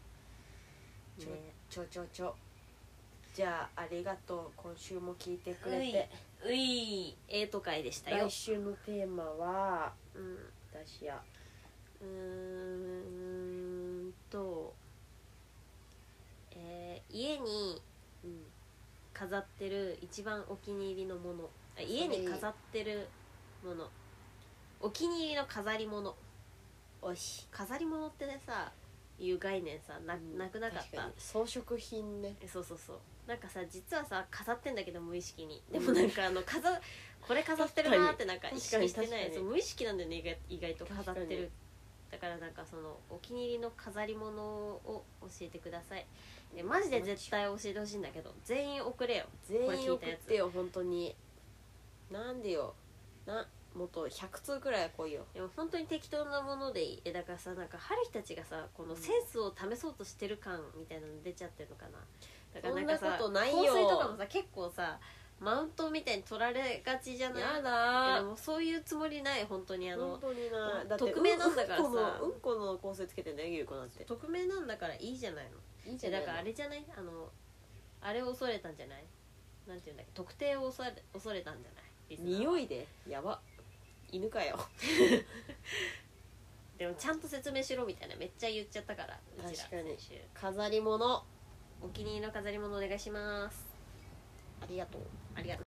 [SPEAKER 3] ちょ
[SPEAKER 2] ね
[SPEAKER 3] ちょちょちょじゃあありがとう今週も聞いてくれ
[SPEAKER 2] うい
[SPEAKER 3] て
[SPEAKER 2] ういえーと会でしたよ
[SPEAKER 3] 来週のテーマは
[SPEAKER 2] うんう
[SPEAKER 3] 私や
[SPEAKER 2] ーんとえー家に
[SPEAKER 3] うん
[SPEAKER 2] 飾ってる一番お気に入りのものあ家に飾ってるものお気に入りの飾り物おし飾り物ってねさいう概念さななくなかっ
[SPEAKER 3] 確
[SPEAKER 2] た
[SPEAKER 3] に装飾品ね
[SPEAKER 2] えそうそうそうなんかさ実はさ飾ってんだけど無意識にでもなんかあの飾これ飾ってるなーってなんか意識して
[SPEAKER 3] 確か
[SPEAKER 2] な
[SPEAKER 3] に
[SPEAKER 2] い
[SPEAKER 3] 確かに
[SPEAKER 2] そう無意識なんだよね意外意外と飾って
[SPEAKER 3] 確かに
[SPEAKER 2] るだからなんかそのお気に入りの飾り物を教えてくださいえマジで絶対教えてほしいんだけど全員送れよ
[SPEAKER 3] 全員送ってよ本当になんでよなもっと100通くらい来いよ
[SPEAKER 2] でも本当に適当なものでいいえだからさなんか春日たちがさこのセンスを試そうとしてる感みたいなの出ちゃってるのかなだからなんかさ
[SPEAKER 3] そんなことないよ
[SPEAKER 2] 香水とかもさ結構さマウントみたいに取られがちじゃない
[SPEAKER 3] や
[SPEAKER 2] いやで
[SPEAKER 3] だ
[SPEAKER 2] もそういうつもりない本当にあの
[SPEAKER 3] 本当になだって
[SPEAKER 2] 匿名なんだからさ
[SPEAKER 3] うんこのうんこの香水つけてんだよゆうこなんて
[SPEAKER 2] 匿名なんだからいいじゃないの
[SPEAKER 3] いい
[SPEAKER 2] じゃだからあれじゃないあのあれを恐れたんじゃないなんていうんだっけ特定を恐れ恐れたんじゃないリスナーは
[SPEAKER 3] 匂いでやば犬か よ
[SPEAKER 2] でもちゃんと説明しろみたいなめっちゃ言っちゃったからうちら
[SPEAKER 3] 確かに
[SPEAKER 2] 先週
[SPEAKER 3] 飾り物あ
[SPEAKER 2] お気に入りの飾り物お願いします
[SPEAKER 3] りがとう
[SPEAKER 2] ありがとう